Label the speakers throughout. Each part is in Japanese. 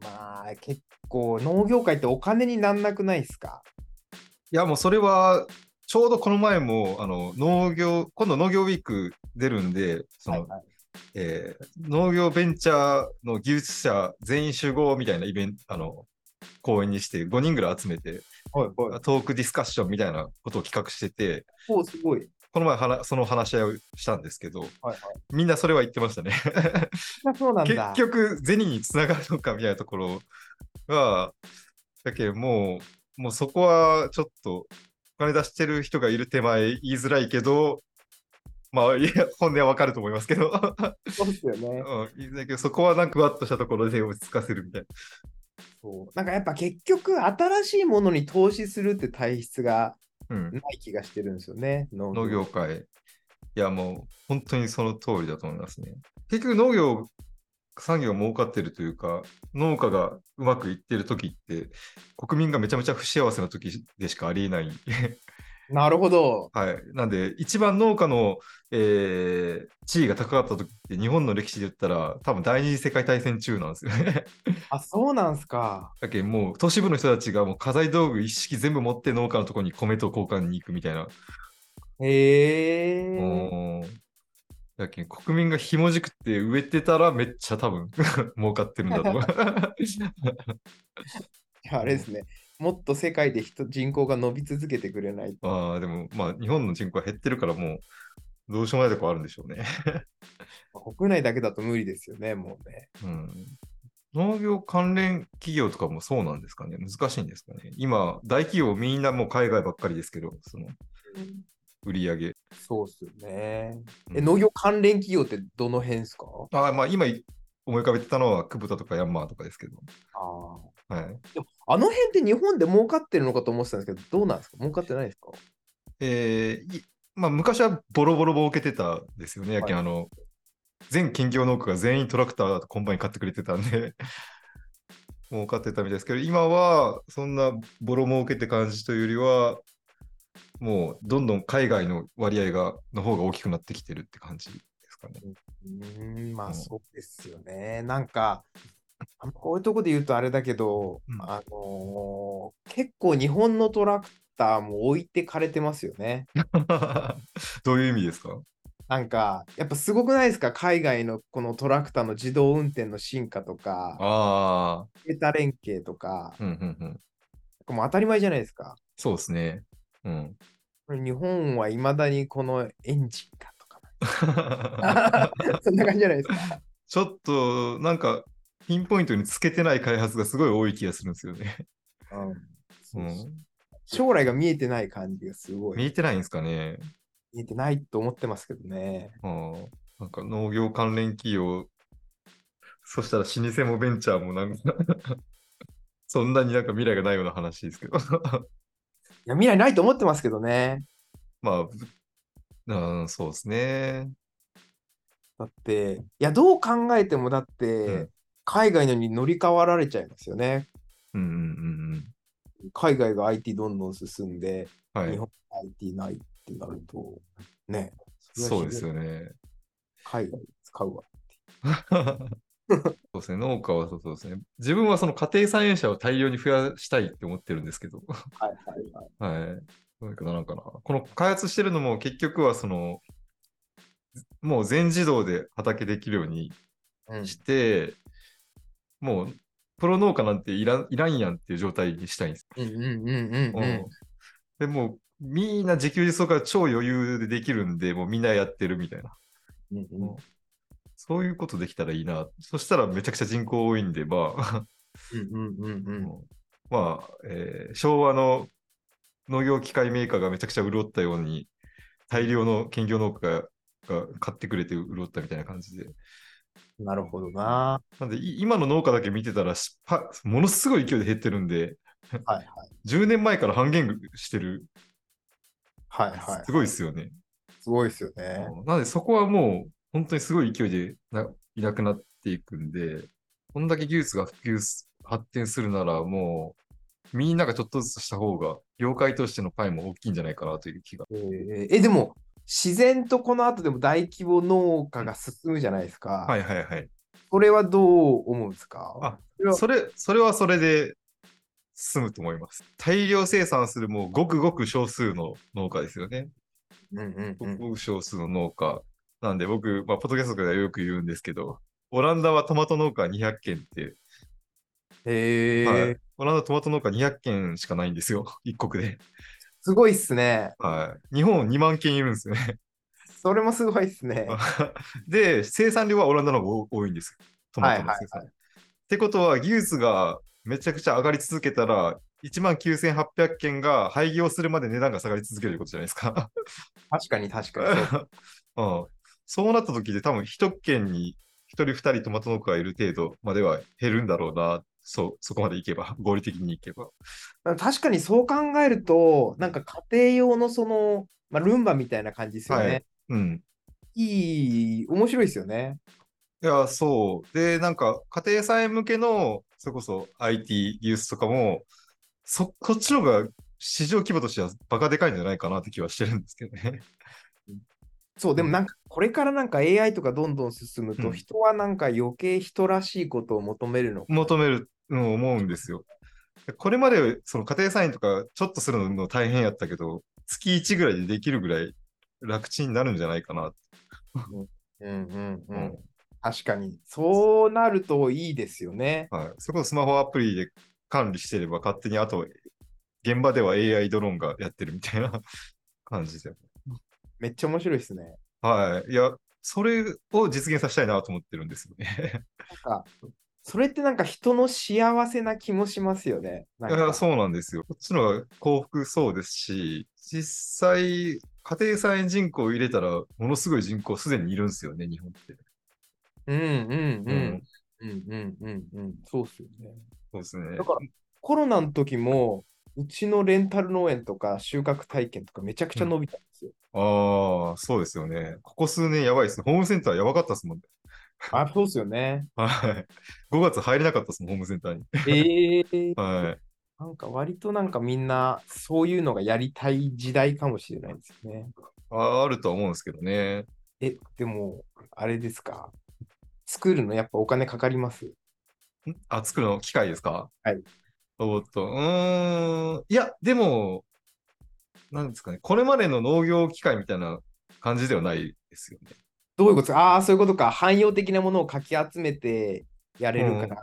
Speaker 1: まあ結構農業界ってお金になんなくないですか
Speaker 2: いや、もうそれは、ちょうどこの前も、あの、農業、今度農業ウィーク出るんで、その、
Speaker 1: はいはい
Speaker 2: えー農業ベンチャーの技術者全員集合みたいなイベント、あの、公演にして5人ぐらい集めて、
Speaker 1: はいはい。
Speaker 2: トークディスカッションみたいなことを企画してて、
Speaker 1: おすごい。
Speaker 2: この前はなその話し合いをしたんですけど、
Speaker 1: はいはい。
Speaker 2: みんなそれは言ってましたね。
Speaker 1: あそうなん
Speaker 2: 結
Speaker 1: だ。
Speaker 2: 局、銭につながるのかみたいなところが、だけどもう、もうそこはちょっと、お金出してる人がいる手前言いづらいけど、まあ、いや本音はわかると思いますけ ど、
Speaker 1: そうですよね。
Speaker 2: うん、言いづらいけど、そこはなんかふわっとしたところで落ち着かせるみたいな。
Speaker 1: そうなんかやっぱ結局新しいものに投資するって体質が
Speaker 2: うん、
Speaker 1: ない気がしてるんですよね。農
Speaker 2: 農業界。いや、もう本当にその通りだと思いますね。結局、農業、産業が儲かってるというか、農家がうまくいってる時って、国民がめちゃめちゃ不幸せな時でしかありえない。
Speaker 1: なるほど。
Speaker 2: はい、なんで、一番農家の、えー地位が高かった時って、日本の歴史で言ったら、多分第二次世界大戦中なんですよね。
Speaker 1: あそうなんすか。
Speaker 2: だけどもう都市部の人たちがもう家財道具一式全部持って農家のところに米と交換に行くみたいな。
Speaker 1: へえ。
Speaker 2: おーだけど国民がひもじくって植えてたらめっちゃ多分 儲かってるんだと思う。
Speaker 1: じゃああれですね。もっと世界で人人口が伸び続けてくれないと。
Speaker 2: ああ、でもまあ日本の人口は減ってるからもうどうしようもないとこあるんでしょうね。
Speaker 1: 国内だけだと無理ですよね、もうね。
Speaker 2: うん農業関連企業とかもそうなんですかね難しいんですかね今、大企業みんなもう海外ばっかりですけど、その売り上げ。
Speaker 1: そうっすよね。
Speaker 2: う
Speaker 1: え、
Speaker 2: ん
Speaker 1: 農業関連企業ってどの辺ですか
Speaker 2: あーまあ今思い浮かべてたのは、久保田とかヤンマーとかですけど。
Speaker 1: あ
Speaker 2: はい。
Speaker 1: あの辺って日本で儲かってるのかと思ってたんですけど、どうなんですか儲かってないですか
Speaker 2: えーいまあ昔はボロボロ儲けてたんですよね。やけん
Speaker 1: は
Speaker 2: あの、全金業農家が全員トラクターとコンバイン買ってくれてたんで、 儲かってたみたいですけど、今はそんなボロ儲けって感じというよりは、もうどんどん海外の割合が、の方が大きくなってきてるって感じです かね。
Speaker 1: うーん、ま
Speaker 2: う
Speaker 1: あ
Speaker 2: ん
Speaker 1: そうですよね。なんか、あのこういうとこで言うとあれだけど、
Speaker 2: うん
Speaker 1: あのー結構日本のトラクターも置いてかれてますよね。
Speaker 2: どういう意味ですか
Speaker 1: なんか、やっぱすごくないですか海外のこのトラクターの自動運転の進化とか、
Speaker 2: あ
Speaker 1: データ連携とか、
Speaker 2: あ、うんうんうん。
Speaker 1: もう当たり前じゃないですか。
Speaker 2: そうですね。 うん。
Speaker 1: これ日本はいまだにこのエンジンかとか、 そんな感じじゃないですか。
Speaker 2: ちょっと、なんか、ピンポイントにつけてない開発がすごい多い気がするんですよね。
Speaker 1: うん
Speaker 2: う、
Speaker 1: そうん将来が見えてない感じがすご
Speaker 2: 見
Speaker 1: い。
Speaker 2: えてないんですかね。
Speaker 1: 見えてないと思ってますけどね。
Speaker 2: うん、なんか農業関連企業、そしたら老舗もベンチャーもなんか、 そんなになんか未来がないような話ですけど。
Speaker 1: いや、未来ないと思ってますけどね。
Speaker 2: まあぶ、うん、そうですね。
Speaker 1: だって、いや、どう考えてもだって、
Speaker 2: ん
Speaker 1: 海外のに乗り換わられちゃいますよね。
Speaker 2: うんうん
Speaker 1: 海外が IT どんどん進んで、
Speaker 2: うんうん。は
Speaker 1: 日
Speaker 2: い。
Speaker 1: 本が IT ないってなると、ね。
Speaker 2: そうです
Speaker 1: よ。
Speaker 2: よね。
Speaker 1: 海外使うわ。
Speaker 2: そうですね。農家はそうそうですね。自分はその家庭菜園者を大量に増やしたいって思ってるんですけど。
Speaker 1: はいはいはい。
Speaker 2: はい。どういうことなのかな。この開発してるのも結局はその、もう全自動で畑できるように
Speaker 1: うん、
Speaker 2: して、もうプロ農家なんていらんいらんやんっていう状態にしたいんです。
Speaker 1: うんうんうんうんうん。
Speaker 2: でもうみんな自給自足が超余裕でできるんで、もうみんなやってるみたいな。
Speaker 1: うんうん
Speaker 2: そういうことできたらいいな。そしたらめちゃくちゃ人口多いんで、まあ、
Speaker 1: うんうんうんうん。
Speaker 2: まあ、えー昭和の農業機械メーカーがめちゃくちゃ潤ったように、大量の兼業農家がが買ってくれて潤ったみたいな感じで。
Speaker 1: なるほどな。
Speaker 2: なんで、い今の農家だけ見てたらしはものすごい勢いで減ってるんで、
Speaker 1: はいはい。
Speaker 2: 10年前から半減してる。
Speaker 1: はいはい。
Speaker 2: すごいですよね。
Speaker 1: すごいですよね。
Speaker 2: うんなんで、そこはもう、本当にすごい勢いでないなくなっていくんで、こんだけ技術が普及す、発展するなら、もう、みんながちょっとずつした方が、業界としてのパイも大きいんじゃないかなという気が。
Speaker 1: えーえ、でも、自然とこの後でも大規模農家が進むじゃないですか。
Speaker 2: はいはいはい。
Speaker 1: これはどう思うんですか
Speaker 2: あそれ、それはそれで済むと思います。大量生産するもうごくごく少数の農家ですよね。
Speaker 1: うんうん
Speaker 2: ご
Speaker 1: う
Speaker 2: く
Speaker 1: ん。
Speaker 2: ごく少数の農家。なんで僕、まあ、ポッドキャストではよく言うんですけど、オランダはトマト農家200軒って、
Speaker 1: へえ、
Speaker 2: はい、オランダトマト農家200軒しかないんですよ、 一国で。
Speaker 1: すごいっすね。
Speaker 2: はい、日本2万軒いるんですよね。
Speaker 1: それもすごいっすね。
Speaker 2: で、生産量はオランダの方が多いんですよ。トマトの生産量。ってことは、技術がめちゃくちゃ上がり続けたら、1万9800件が廃業するまで値段が下がり続けることじゃないですか。
Speaker 1: 確かに確かにそう。
Speaker 2: うん、そうなった時で多分一軒に1人2人トマト農家がいる程度までは減るんだろうな。そうそこまでいけば、合理的にいけば。
Speaker 1: 確かに そう考えると、なんか家庭用のその、まあ、ルンバみたいな感じですよね。、
Speaker 2: はいうん。
Speaker 1: い面白いですよね。
Speaker 2: いや、そう。で、なんか、家庭菜向けの、それこそ IT 技術とかも、そ、こっちの方が市場規模としてはバカでかいんじゃないかなって気はしてるんですけどね。
Speaker 1: そう、でもなんかこれからなんか AI とかどんどん進む
Speaker 2: う
Speaker 1: と、
Speaker 2: ん
Speaker 1: 人はなんか余計人らしいことを求めるのか。
Speaker 2: 求めるのを思うんですよ。これまで、その家庭菜園とか、ちょっとするの大変やったけど、月1ぐらいでできるぐらい楽ちんになるんじゃないかな。
Speaker 1: うんうんう。
Speaker 2: うんん。
Speaker 1: 確かに。そうなるといいですよね。
Speaker 2: はい。それこそスマホアプリで管理してれば、勝手に、あと、現場では AI ドローンがやってるみたいな 感じで。
Speaker 1: めっちゃ面白いですね。
Speaker 2: はい。いや、それを実現させたいなと思ってるんですよね。
Speaker 1: なんか、それってなんか人の幸せな気もしますよね。なん
Speaker 2: いや、
Speaker 1: か
Speaker 2: そうなんですよ。こっちの方が幸福そうですし、実際、家庭菜園人口を入れたら、ものすごい人口すでにいるんですよね、日本って。
Speaker 1: うんうんう。
Speaker 2: うん
Speaker 1: うんうんうんうん。そうっすよね。
Speaker 2: そうですね
Speaker 1: だ。からコロナの時も、うちのレンタル農園とか収穫体験とかめちゃくちゃ伸びたんですよ。
Speaker 2: ああ、そうですよね。ここ数年やばいですね。ホームセンターやばかったですもんね。
Speaker 1: あ、そうですよ ね。
Speaker 2: はい。5月入れなかったですもん、ホームセンターに。
Speaker 1: えー、
Speaker 2: はい。
Speaker 1: なんか割となんかみんなそういうのがやりたい時代かもしれないですね。
Speaker 2: ああるとは思うんですけどね。
Speaker 1: え、でも、あれですか。作るのやっぱお金かかります。
Speaker 2: んあ、作るの機械ですか
Speaker 1: はい。
Speaker 2: おーっと、うーん。いや、でも、なんですかね、これまでの農業機械みたいな感じではないですよね。
Speaker 1: どういうことですかああー、そういうことか。汎用的なものをかき集めてやれるからみたいな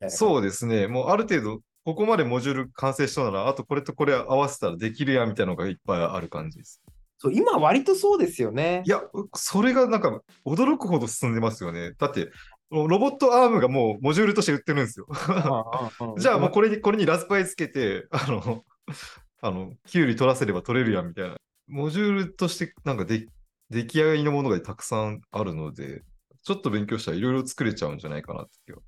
Speaker 1: 感じ。
Speaker 2: そうですね、もうある程度、ここまでモジュール完成したなら、あとこれとこれ合わせたらできるやみたいなのがいっぱいある感じです。
Speaker 1: そう。今割とそうですよね
Speaker 2: い。や、それがなんか驚くほど進んでますよね。だって、ロボットアームがもうモジュールとして売ってるんですよ。 じゃあもうこれに、これにラズパイつけて、 あの、あの、キュウリ取らせれば取れるやんみたいな。モジュールとして、なんかで、出来上がりのものがたくさんあるので、ちょっと勉強したらいろいろ作れちゃうんじゃないかなって気は。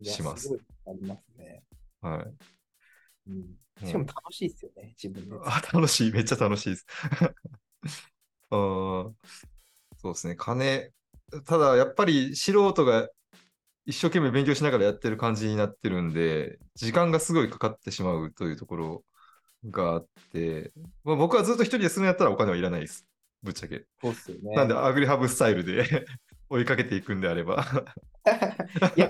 Speaker 1: いや
Speaker 2: します
Speaker 1: ごいありますね。
Speaker 2: はい。
Speaker 1: うん、しかも楽しいですよね、自分で。
Speaker 2: あ楽しい、めっちゃ楽しいです。 あーそうですね、金、ただやっぱり素人が一生懸命勉強しながらやってる感じになってるんで、時間がすごいかかってしまうというところがあって、まあ、僕はずっと一人で住むんやったらお金はいらないです、ぶっちゃけ。
Speaker 1: そうっすよね。
Speaker 2: なんで、アグリハブスタイルで 追いかけていくんであれば。
Speaker 1: い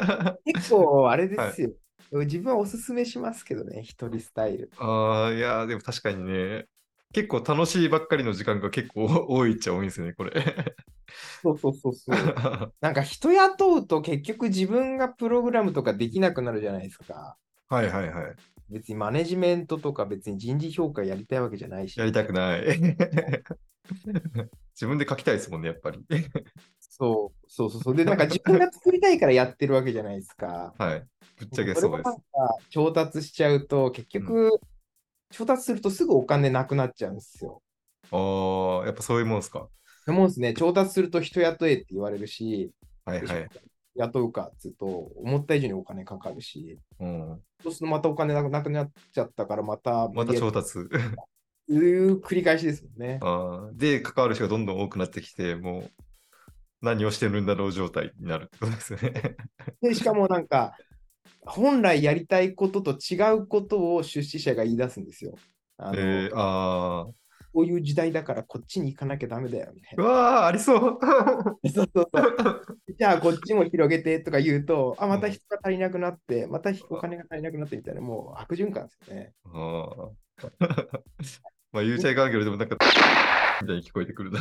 Speaker 1: 結構、あれですよ。でも自分はおすすめしますけどね、一人スタイル。
Speaker 2: ああ、いやー、でも確かにね、結構楽しいばっかりの時間が結構 多いっちゃ多いんですよね、これ。
Speaker 1: そうそうそうそう。 なんか人雇うと結局自分がプログラムとかできなくなるじゃないですか。
Speaker 2: はいはいはい。
Speaker 1: 別にマネジメントとか別に人事評価やりたいわけじゃないし
Speaker 2: や。りたくない。 自分で書きたいですもんね、やっぱり。
Speaker 1: そうそうそうそう。で、なんか自分が作りたいからやってるわけじゃないですか。
Speaker 2: はい。ぶっちゃけそう
Speaker 1: れ
Speaker 2: で
Speaker 1: がなん。
Speaker 2: す
Speaker 1: か調達しちゃうと結局、調達するとすぐお金なくなっちゃうんですよ。
Speaker 2: ああ、やっぱそういうもんですか。
Speaker 1: でもですね、調達すると人雇えって言われるし、
Speaker 2: はいはい。
Speaker 1: 雇うかっつうと、思った以上にお金かかるし、
Speaker 2: うん、
Speaker 1: そうするとまたお金なくなくなっちゃったから、また、
Speaker 2: また調達。
Speaker 1: いう繰り返しですもんね。
Speaker 2: あーで、関わる人がどんどん多くなってきて、もう何をしてるんだろう状態になるってことですよね。
Speaker 1: で、しかもなんか、本来やりたいことと違うことを出資者が言い出すんですよ。あの
Speaker 2: えー、あ
Speaker 1: こういう時代だからこっちに行かなきゃダメだよみたいう な。
Speaker 2: わー、ありそう。
Speaker 1: そうそうそう。じゃあこっちも広げてとか言うと、あ、また人が足りなくなって、またお金が足りなくなってみたいな、もう悪循環ですよね。
Speaker 2: あー まあ、ゆうちゃい環境でもなんか、みたいに聞こえてくるな。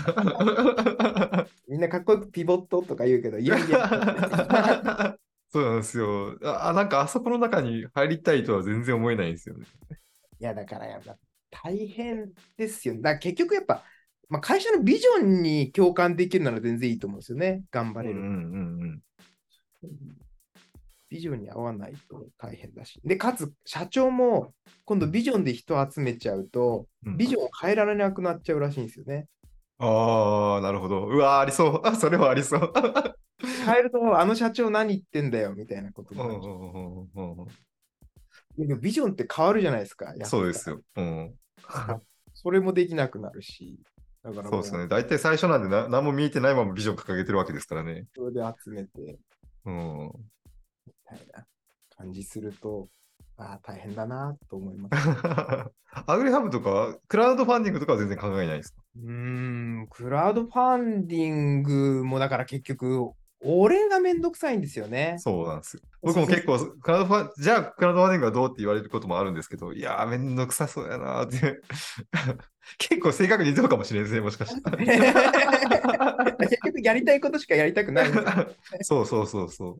Speaker 1: みんなかっこよくピボットとか言うけど、いやいや。
Speaker 2: そうなんですよ。あ、あなんかあそこの中に入りたいとは全然思えないんですよね。
Speaker 1: いやだからやっぱ大変ですよ。だから結局やっぱ、まあ、会社のビジョンに共感できるなら全然いいと思うんですよね。頑張
Speaker 2: うん
Speaker 1: れ
Speaker 2: う
Speaker 1: る。
Speaker 2: んうん。
Speaker 1: ビジョンに合わないと大変だし。で、かつ社長も今度ビジョンで人を集めちゃうと、
Speaker 2: うん
Speaker 1: ビジョンを変えられなくなっちゃうらしいんですよね。
Speaker 2: ああ、なるほど。うわー、ありそう。 あ、それはありそう。
Speaker 1: 変えると、あの社長何言ってんだよみたいなことに
Speaker 2: う
Speaker 1: なっ
Speaker 2: ん
Speaker 1: ち
Speaker 2: う
Speaker 1: ゃうん
Speaker 2: うんうんうん
Speaker 1: でもビジョンって変わるじゃないですか。やっぱ
Speaker 2: そうですよ。うん。
Speaker 1: それもできなくなるし。だから
Speaker 2: そうですね。大体最初なんでな何も見えてないままビジョン掲げてるわけですからね。
Speaker 1: それで集めて。
Speaker 2: うん。
Speaker 1: みたいな感じすると、ああ、大変だなと思います。
Speaker 2: アグリハブとか、クラウドファンディングとかは全然考えないですか
Speaker 1: うーん、クラウドファンディングもだから結局、俺がめんどくさいんですよね。
Speaker 2: そうなんですよ。僕も結構、クラウドファン、じゃあクラウドファンディングはどうって言われることもあるんですけど、いやー、めんどくさそう やなーって。結構正確にそうかもしれないですね、もしかしたら。
Speaker 1: 結局やりたいことしかやりたくないんですよ。
Speaker 2: そうそうそうそう。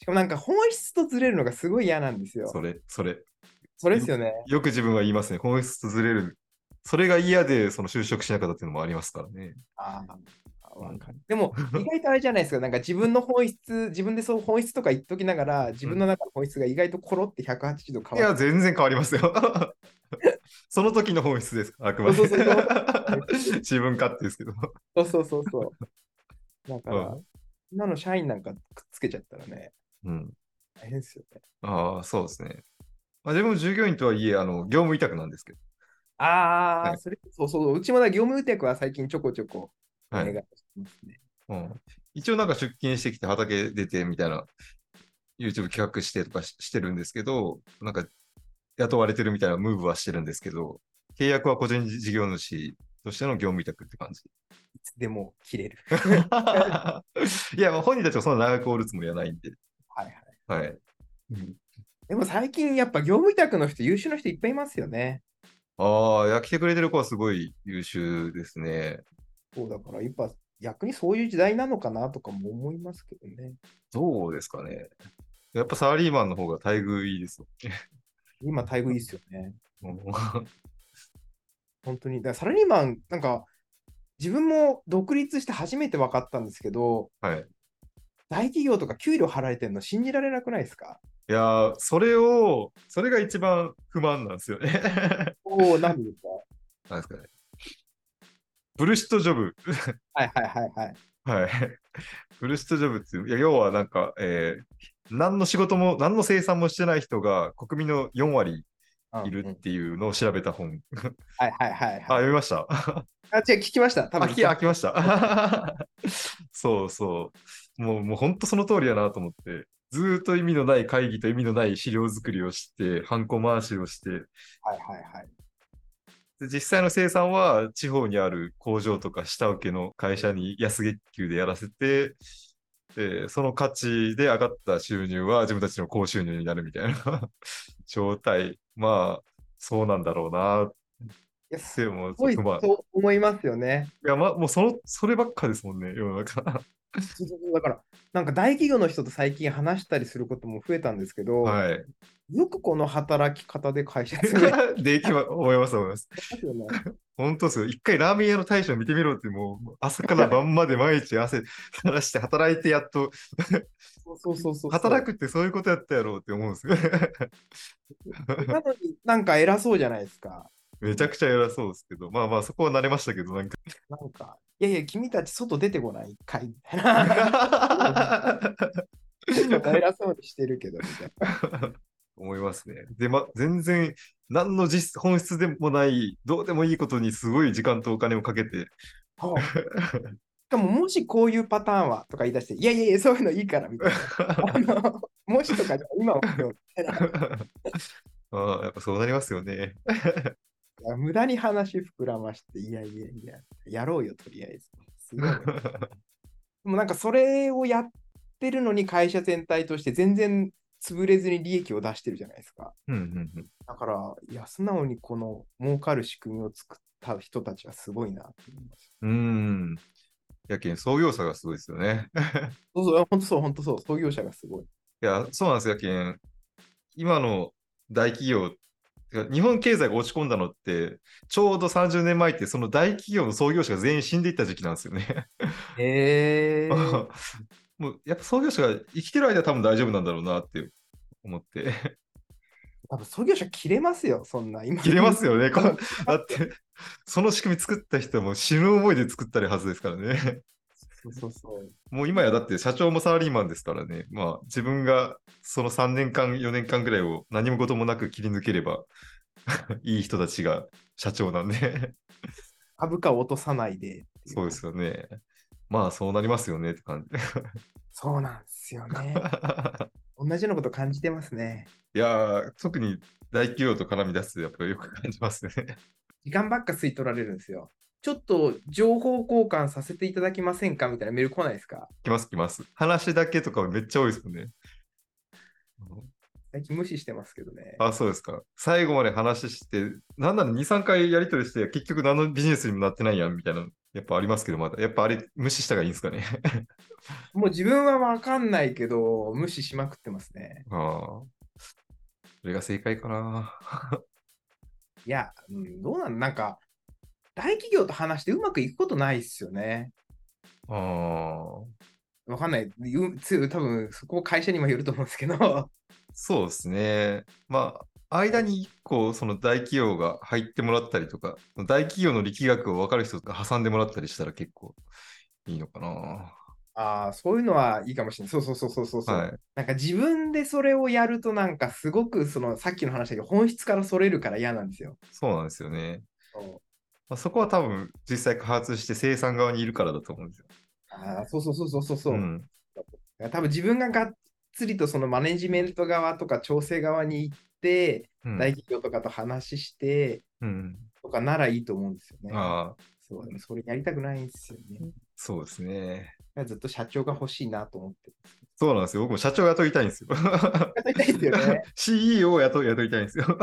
Speaker 1: しかもなんか本質とずれるのがすごい嫌なんですよ。
Speaker 2: それ、それ。
Speaker 1: それですよね。
Speaker 2: よく自分は言いますね。本質とずれる。それが嫌で、その就職しなかったっていうのもありますからね。
Speaker 1: ああ、わかる。で も、意外とあれじゃないですか、なんか自分の本質、自分でそう本質とか言っときながら、自分の中の本質が意外とコロって180度
Speaker 2: い
Speaker 1: 変わ
Speaker 2: や、
Speaker 1: る。
Speaker 2: 全然変わりますよ。 その時の本質です。あくまで
Speaker 1: そうそうそう。
Speaker 2: 自分勝手ですけど。
Speaker 1: そうそうそう そう。だから、
Speaker 2: う
Speaker 1: 今の社員なんかくっつけちゃったらね、
Speaker 2: うん。
Speaker 1: 大変ですよね。
Speaker 2: ああ、そうですね。まあ、でも従業員とはいえ、あの、業務委託なんですけど。
Speaker 1: ああ、
Speaker 2: はい
Speaker 1: それそうそう、うちもだ業務委託は最近ちょこちょこお
Speaker 2: は
Speaker 1: 願
Speaker 2: い
Speaker 1: いしてますね。
Speaker 2: うん、一応なんか出勤してきて畑出てみたいな YouTube 企画してとかししてるんですけど、なんか雇われてるみたいなムーブはしてるんですけど、契約は個人事業主としての業務委託って感 じ。
Speaker 1: いつでも切れる。
Speaker 2: いや、まあ本人たちはそんな長くおるつもりはないんで。
Speaker 1: はいはい。
Speaker 2: はい。
Speaker 1: でも最近やっぱ業務委託の人、優秀な人いっぱいいますよね。
Speaker 2: ああ、いや、来てくれてる子はすごい優秀ですね。
Speaker 1: そうだから、やっぱ逆にそういう時代なのかなとかも思いますけどね。
Speaker 2: どうですかね。やっぱサラリーマンの方が待遇いいですよ。
Speaker 1: 今、待遇いいですよね。
Speaker 2: うん
Speaker 1: 本当に。だからサラリーマン、なんか、自分も独立して初めて分かったんですけど、
Speaker 2: はい。
Speaker 1: 大企業とか給料払えてるの信じられなくないですか
Speaker 2: いやー、それを、それが一番不満なんですよね。
Speaker 1: おお、なんですか
Speaker 2: なんですかね。ブルシットジョブ。
Speaker 1: はいはいはいはい。
Speaker 2: はい。ブルシットジョブっていう、いや、要はなんか、えー何の仕事も、何の生産もしてない人が国民の4割
Speaker 1: うん
Speaker 2: いる
Speaker 1: う
Speaker 2: っ
Speaker 1: ん
Speaker 2: ていうのを調べた本。
Speaker 1: はいはいはい
Speaker 2: あ、
Speaker 1: はい。
Speaker 2: 読みました。あ、
Speaker 1: あ、違う、聞きました。多分
Speaker 2: き、飽きました。 そうそう。もう、もう本当その通りやなと思って、ずーっと意味のない会議と意味のない資料作りをして、ハンコ回しをして、
Speaker 1: はいはいはい。
Speaker 2: で実際の生産は地方にある工場とか下請けの会社に安月給でやらせて、えーその価値で上がった収入は自分たちの高収入になるみたいな 状態。まあ、そうなんだろうなっ
Speaker 1: いや、す
Speaker 2: て思う。
Speaker 1: ごい
Speaker 2: まあ、い
Speaker 1: そう思いますよね。
Speaker 2: や、まあ、もうその、そればっかですもんね、世の中。
Speaker 1: そうそうそうだから、なんか大企業の人と最近話したりすることも増えたんですけど、
Speaker 2: はい。
Speaker 1: よくこの働き方で会社する
Speaker 2: できま、思います、思います。
Speaker 1: よ ね。
Speaker 2: 本当ですよ。一回ラーメン屋の大将見てみろって、もう朝から晩まで毎日汗垂らして働いてやっと
Speaker 1: そうそうそうそう。
Speaker 2: 働
Speaker 1: く。
Speaker 2: くってそういうことやったやろうって思うんですよね。
Speaker 1: なのになんか偉そうじゃないですか。
Speaker 2: めちゃくちゃ偉そうですけど、まあまあそこは慣れましたけど、なんか。
Speaker 1: なんか、いやいや、君たち外出てこない、一回。みたい な偉そうにしてるけど、みたいな。
Speaker 2: 思いますね。で、ま、全然、何の実本質でもない、どうでもいいことにすごい時間とお金をかけて、
Speaker 1: そうしかも、もしこういうパターンはとか言い出して、いやいやいや、そういうのいいから、み たいな。あのもしとかじゃ今は今日みたいな。
Speaker 2: ああ、やっぱそうなりますよね。
Speaker 1: や無駄に話膨らまして、いやいやいや、やろうよ、とりあえず。すごいでもなんかそれをやってるのに会社全体として全然潰れずに利益を出してるじゃないですか。
Speaker 2: うんうんうん
Speaker 1: だから、いや、素直にこの儲かる仕組みを作った人たちはすごいなって思います。
Speaker 2: うーん。やけん、創業者がすごいですよね。
Speaker 1: そうそう、本当そう、本当そう、創業者がすごい。
Speaker 2: いや、そうなんですよ、やけん。今の大企業、てか日本経済が落ち込んだのって、ちょうど30年前って、その大企業の創業者が全員死んでいった時期なんですよね。
Speaker 1: へ
Speaker 2: もうやっぱ創業者が生きてる間は多分大丈夫なんだろうなって思って。
Speaker 1: 多分創業者切れますよ、そんな。今
Speaker 2: 切れますよね。こう だって、その仕組み作った人も死ぬ思いで作ったりはずですからね。
Speaker 1: そうそうそう。
Speaker 2: もう今やだって社長もサラリーマンですからね、まあ自分がその3年間、4年間ぐらいを何も事もなく切り抜ければ いい人たちが社長なんで、
Speaker 1: 株価を落とさないでってい
Speaker 2: そうですよね。まあそうなりますよねって感じ。
Speaker 1: そうなんですよ ね。同じようなこと感じてますね。
Speaker 2: いやー、特に大企業と絡み出すとやっぱりよく感じますね。
Speaker 1: 時間ばっか吸い取られるんですよ。ちょっと情報交換させていただきませんかみたいなメール来ないですか
Speaker 2: 来ます来ます。話だけとかめっちゃ多いですもんね。
Speaker 1: 最近無視してますけどね。
Speaker 2: あ、そうですか。最後まで話して、なんなら2、3回やり取りして、結局何のビジネスにもなってないやんみたいな、やっぱありますけど、まだ。やっぱあれ、無視した方がいいんです かね。
Speaker 1: もう自分はわかんないけど、無視しまくってますね。
Speaker 2: ああ。それが正解かな。
Speaker 1: いや、うん、どうなんなんか、大企業と話してうまくいくことないっすよね。
Speaker 2: ああ。
Speaker 1: わかんない。うつ多分そこ会社にもよると思うんですけど。
Speaker 2: そうですね。まあ、間に一個、その大企業が入ってもらったりとか、大企業の力学を分かる人が挟んでもらったりしたら結構いいのかな。
Speaker 1: ああ、そういうのはいいかもしれない。そうそうそうそうそうそう。
Speaker 2: はい。
Speaker 1: なんか自分でそれをやるとなんかすごくそのさっきの話だけど本質からそれるから嫌なんですよ。
Speaker 2: そうなんですよね。まあ、そこは多分、実際開発して生産側にいるからだと思うんですよ。
Speaker 1: ああそうそうそうそうそうそう。
Speaker 2: うん。
Speaker 1: 多分自分ががっつりとそのマネジメント側とか調整側に行って、
Speaker 2: うん
Speaker 1: 大企業とかと話して
Speaker 2: うん。
Speaker 1: とかならいいと思うんですよね。
Speaker 2: ああ、
Speaker 1: そうでもそれやりたくないんですよね。だか
Speaker 2: そうですね。
Speaker 1: らずっと社長が欲しいなと思 って る。
Speaker 2: そうなんですよ。僕も社長雇いたいんですよ。
Speaker 1: やりたいですよ ね。
Speaker 2: CEO を雇い雇いたいんですよ。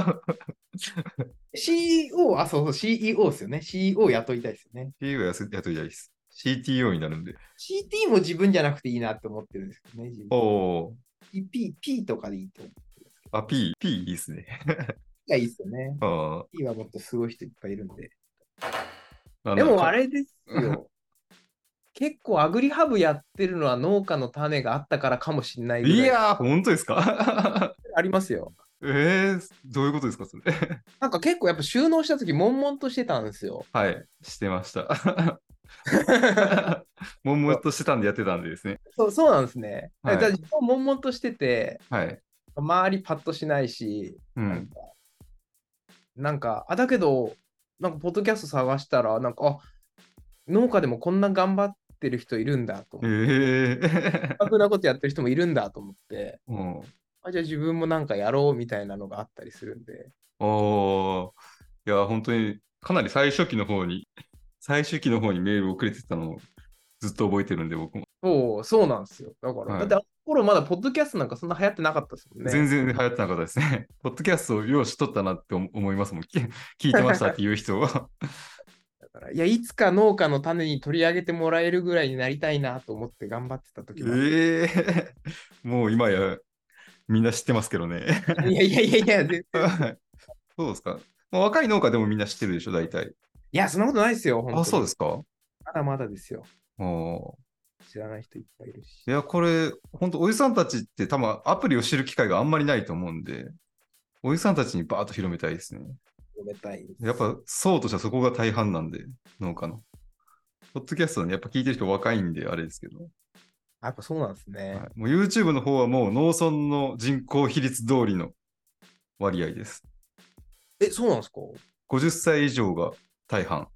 Speaker 1: CEO、あ、そうそう、CEO ですよね。CEO 雇いたいですよね。
Speaker 2: CEO やす雇いたいです。CTO になるんで。
Speaker 1: CT も自分じゃなくていいなって思ってるんですけどね。自
Speaker 2: お
Speaker 1: 分
Speaker 2: お。
Speaker 1: P, P とかでいいと思う。
Speaker 2: あ、P、P いいですね。
Speaker 1: がいいですよね。
Speaker 2: あ
Speaker 1: P はもっとすごい人いっぱいいるんで。
Speaker 2: あ。
Speaker 1: でもあ
Speaker 2: れ
Speaker 1: れです よ。結構アグリハブやってるのは農家の種があったからかもしれないぐら
Speaker 2: いやー、本当ですか
Speaker 1: ありますよ。
Speaker 2: えー、どういうことですか、それ。
Speaker 1: なんか結構やっぱ収納した時悶々としてたんですよ。
Speaker 2: はい、して ました。もんもっとしてたんでやってたんでですね。
Speaker 1: そうそうなんですね。
Speaker 2: はい
Speaker 1: だから自分も悶々としてて、
Speaker 2: はい。
Speaker 1: 周りパッとしないし、
Speaker 2: う
Speaker 1: なん
Speaker 2: ん。
Speaker 1: か、なんかあだけど、なんかポッドキャスト探したら、なんか、あ農家でもこんな頑張ってる人いるんだと思
Speaker 2: え
Speaker 1: って、
Speaker 2: ー。
Speaker 1: 楽なことやってる人もいるんだと思って、
Speaker 2: うん
Speaker 1: あじゃあ自分もなんかやろうみたいなのがあったりするんで。
Speaker 2: おー、いや、本当に、かなり最初期の方に、 最終期の方にメールをくれてたのをずっと覚えてるんで、僕も。
Speaker 1: そう、そうなんですよ。だから、
Speaker 2: は
Speaker 1: だっ
Speaker 2: い
Speaker 1: てあの頃まだポッドキャストなんかそんな流行ってなかったですもんね。
Speaker 2: 全然流行ってなかったですね。 ポッドキャストを用しとったなって思思いますもん。き 聞いてましたっていう人は。
Speaker 1: だからいや、いつか農家の種に取り上げてもらえるぐらいになりたいなと思って頑張ってた時は。
Speaker 2: ええもう今や、みんな知ってますけどね。
Speaker 1: いやいやいやいや、全然。
Speaker 2: そうですか。まあ、若い農家でもみんな知ってるでしょ、大体。
Speaker 1: いや、そんなことないですよ。。
Speaker 2: あ、そうですすか。
Speaker 1: まだまだですよ。
Speaker 2: お
Speaker 1: 知らない人いっぱいいるし
Speaker 2: い。や、これ、本当おじさんたちって多分アプリを知る機会があんまりないと思うんで、おじさんたちにバーッと広めたいですね。
Speaker 1: ごめたいです
Speaker 2: やっぱ、そうとしてはそこが大半なんで、農家の。ポッドキャストはね、やっぱ聞いてる人若いんで、あれですけど、
Speaker 1: やっぱそうなんですね。
Speaker 2: はい、もう YouTube の方はもう農村の人口比率通りの割合です。
Speaker 1: え、そうなんですか
Speaker 2: 50歳以上が大半。
Speaker 1: あ、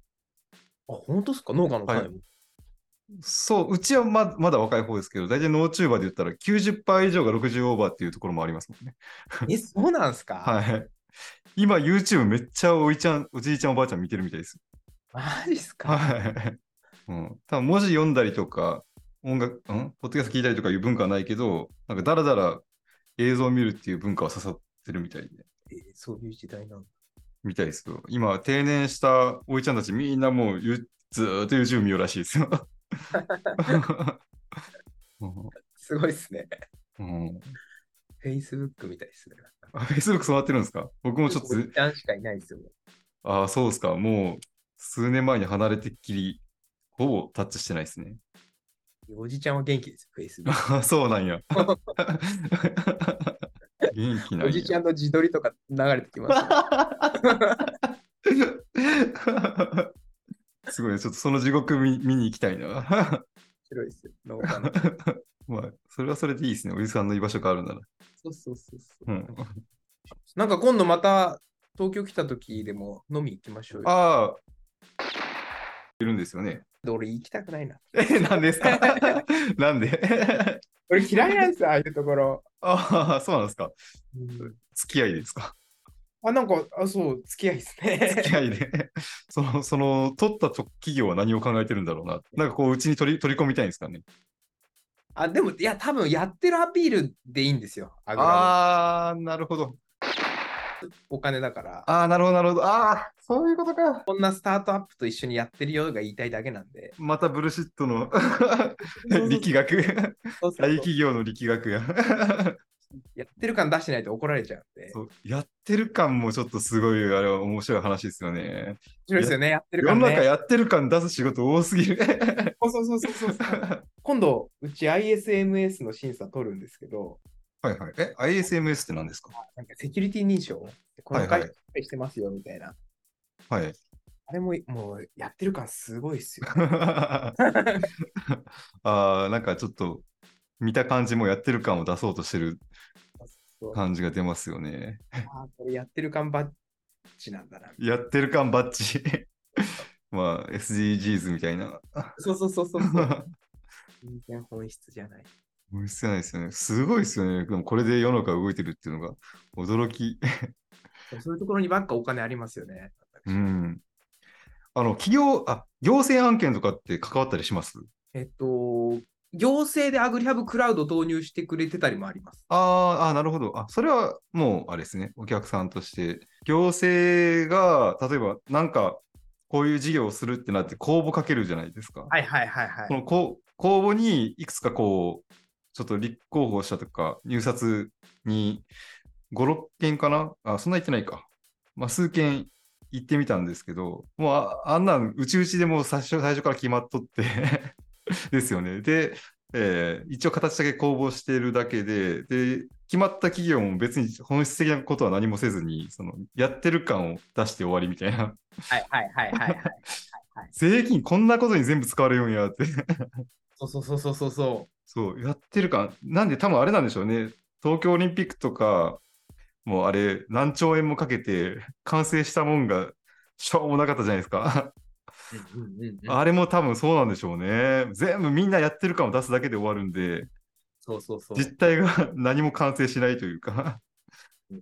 Speaker 1: 本当ですか農家の種も。
Speaker 2: そう、うちはままだ若い方ですけど、大体農チューバーで言ったら90%以上が60オーバーっていうところもありますもんね。
Speaker 1: え、そうなんですか、
Speaker 2: はい。今 YouTube めっちゃおいちゃん、おじいちゃんおばあちゃん見てるみたいです。
Speaker 1: マジっすか、
Speaker 2: はい。うん。多分文字読んだりとか、音楽、んポッドキャスト聞いたりとかいう文化はないけど、なんかだらだら映像を見るっていう文化は刺さってるみたいで、
Speaker 1: えーそういう時代なんだ。
Speaker 2: みたいですよ。今、定年したおいちゃんたちみんなもうゆずーっと YouTube 見ようらしいですよ。うん
Speaker 1: すごいっすね。
Speaker 2: うん、
Speaker 1: Facebook みたいっすね。
Speaker 2: あ Facebook 染まってるんですか僕もちょっと
Speaker 1: おじちゃんしかいないですよ。
Speaker 2: ああ、そうですか。もう数年前に離れてっきり、ほぼタッチしてないですね。
Speaker 1: おじちゃんは元気ですよ、Facebook。
Speaker 2: ああ、そうなんや。 元気なんや。
Speaker 1: おじちゃんの自撮りとか流れてきます
Speaker 2: すごいね。ちょっとその地獄見見に行きたいな。
Speaker 1: よ。面白いっすよ。農家の。
Speaker 2: まあ、それはそれでいいですね。おじさんの居場所があるなら。
Speaker 1: そうそうそうそう、
Speaker 2: うん、
Speaker 1: なんか今度また東京来た時でも飲み行きましょうよ。
Speaker 2: ああ、いるんですよね。
Speaker 1: で俺行きたくないな。
Speaker 2: え、なんですか なんで
Speaker 1: 俺嫌いなんですよ、ああいうところ。
Speaker 2: ああ、そうなんですか。
Speaker 1: うん
Speaker 2: 付き合いですか。
Speaker 1: あ、なんか、あ、そう、付き合いです
Speaker 2: 付
Speaker 1: ね。
Speaker 2: き合いで。 その、その、取ったと企業は何を考えてるんだろうな。なんかこう、うちに取り取り込みたいんですかね。
Speaker 1: あ、でも、いや、多分やってるアピールでいいんですよ。あぐらは
Speaker 2: ああ、なるほど。
Speaker 1: お金だから。
Speaker 2: ああ、なるほど、なるほど。ああ、そういうことか。
Speaker 1: こんなスタートアップと一緒にやってるよが言いたいだけなん で。
Speaker 2: またブルシット の力学。
Speaker 1: そうそう
Speaker 2: 大
Speaker 1: そう
Speaker 2: 企業の力学が
Speaker 1: やってる感出してないと怒られちゃうんで。面
Speaker 2: そうやってる感もちょっとすごい、あれは面白い話ですよね。
Speaker 1: 白いですよね、やってる
Speaker 2: 世
Speaker 1: 感
Speaker 2: の中
Speaker 1: ね。
Speaker 2: やってる感出す仕事多すぎる。
Speaker 1: そうそうそうそうそうそう。今度、うち ISMS の審査取るんですけど、
Speaker 2: はいはい。え、ISMS って何ですか
Speaker 1: なんかセキュリティ認証、この会社しっかりしてますよみたいな。
Speaker 2: はい。
Speaker 1: あれも、もうやってる感すごいっす よ。
Speaker 2: ああ、なんかちょっと見た感じもやってる感を出そうとしてる
Speaker 1: そう
Speaker 2: 感じが出ますよね。
Speaker 1: あーこれやってる感バッジなんだな。
Speaker 2: やってる感バッチ。 まあ、SDGs みたいな。
Speaker 1: そうそうそうそう そう。全然本質じゃない。
Speaker 2: 無視じゃないですよね。すごいですよね。でもこれで世の中動いてるっていうのが驚き。
Speaker 1: そういうところにばっかお金ありますよね。
Speaker 2: うん。あの、企業、あ、行政案件とかって関わったりします
Speaker 1: えっと、行政でアグリハブクラウド導入してくれてたりもあります。
Speaker 2: あーあー、なるほど。あ、それはもう、あれですね、お客さんとして。行政が、例えば、なんか、こういう事業をするってなって、公募かけるじゃないですか。
Speaker 1: はいはいはいは
Speaker 2: そ
Speaker 1: い。
Speaker 2: の公公募に、いくつかこう、ちょっと立候補したとか、入札に5、6件かなあ、そんな言ってないか。まあ、数件行ってみたんですけど、もうあ、あんなん、うちうちでもう最初最初から決まっとって、 ですよね。で、えー一応形だけ公募しているだけで、で、決まった企業も別に本質的なことは何もせずに、その、やってる感を出して終わりみたいな。
Speaker 1: はいはいはいはいはい。
Speaker 2: 税金こんなことに全部使われるんやって。
Speaker 1: そうそうそうそうそうそ
Speaker 2: そう、やってる感、なんで多分あれなんでしょうね、東京オリンピックとか、もうあれ、何兆円もかけて、完成したもんが、しょうもなかったじゃないですか。
Speaker 1: う。うんうんうん、
Speaker 2: あれも多分そうなんでしょうね。全部みんなやってる感を出すだけで終わるんで、
Speaker 1: そうそうそう。
Speaker 2: 実態が 何も完成しないというか、
Speaker 1: うん